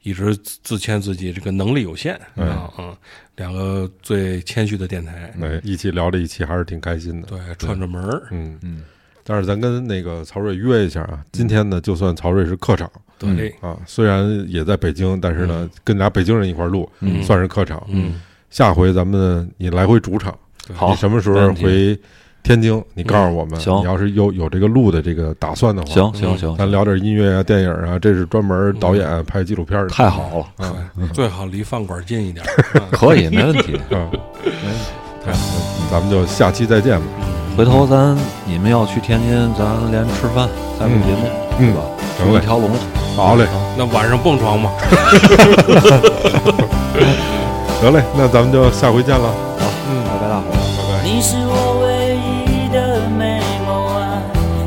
Speaker 2: 一直自谦自己这个能力有限啊，嗯，两个最谦虚的电台，
Speaker 1: 那一起聊了一期，还是挺开心的。
Speaker 2: 对，串着门儿，
Speaker 1: 嗯
Speaker 4: 嗯，
Speaker 1: 但是咱跟那个曹睿约一下啊，今天呢，就算曹睿是客场
Speaker 2: 对，
Speaker 1: 啊，虽然也在北京，但是
Speaker 4: 嗯
Speaker 1: 呢，跟俩北京人一块儿录，
Speaker 2: 嗯
Speaker 1: 算是客场。
Speaker 2: 嗯，
Speaker 1: 下回咱们你来回主场，
Speaker 4: 好
Speaker 1: 你什么时
Speaker 4: 没
Speaker 1: 候
Speaker 4: 问题
Speaker 1: 回天津？你告诉我们，
Speaker 4: 嗯行
Speaker 1: 你要是有有这个录的这个打算的话，
Speaker 4: 行行行，
Speaker 1: 咱聊点音乐啊、电影啊，这是专门导演拍纪录片的。啊
Speaker 4: 太好了，
Speaker 2: 对，最好离饭馆近一点儿。啊
Speaker 4: 可以，没问题。
Speaker 1: 啊，太好了，咱们就下期再见吧。
Speaker 4: 回头咱你们要去天津，咱连吃饭再录节目，
Speaker 1: 嗯
Speaker 4: 对吧？
Speaker 1: 行嘞
Speaker 4: 一条龙了。
Speaker 1: 好嘞，
Speaker 2: 那晚上蹦床吗？
Speaker 1: 得嘞，那咱们就下回见了，
Speaker 4: 好，拜拜，大伙儿。
Speaker 1: 拜拜。
Speaker 5: 你是我唯一的美梦啊，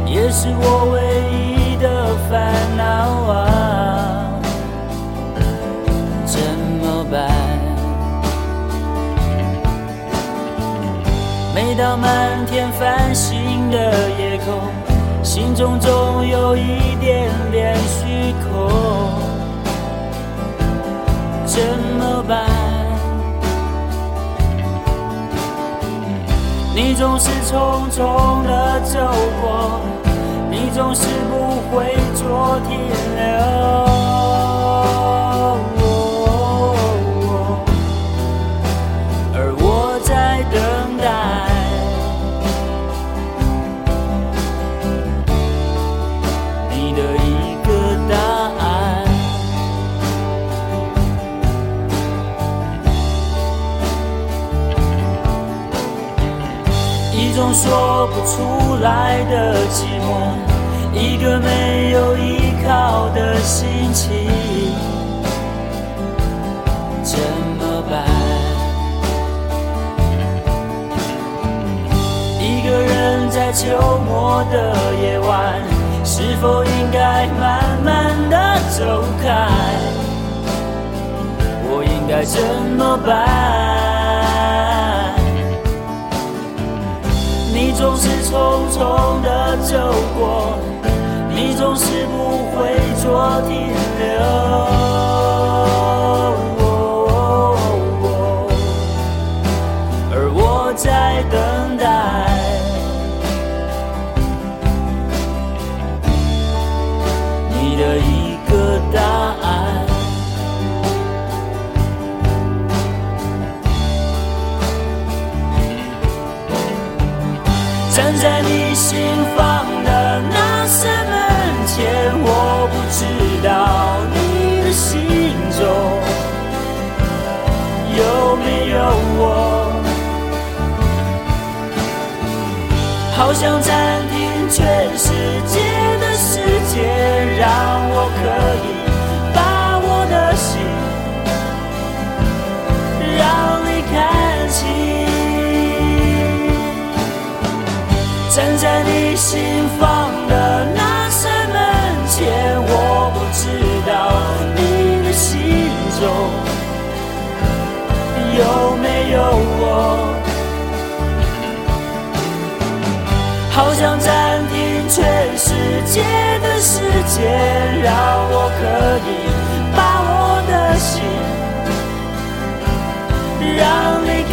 Speaker 5: 也是我唯一的烦恼啊，怎么办？每当满天繁星的夜空，心中总有一点点虚空，怎么办？你总是匆匆的走过，你总是不会做停留。而我在等待你的一个答案。一种说不出来的寂寞，一个没有依靠的心情，怎么办？一个人在秋末的夜晚，是否应该慢慢的走开？我应该怎么办？你总是匆匆的走过，你总是不会做停留。而我在等待你的一个答案。站在你心房的那扇门前，我不知道你的心中有没有我。好想暂停全世界的时间，让我可以把我的心让你看清。站在你心房的那扇门前，我不知道你的心中有没有我。好想暂停全世界的时间，让我可以把我的心让你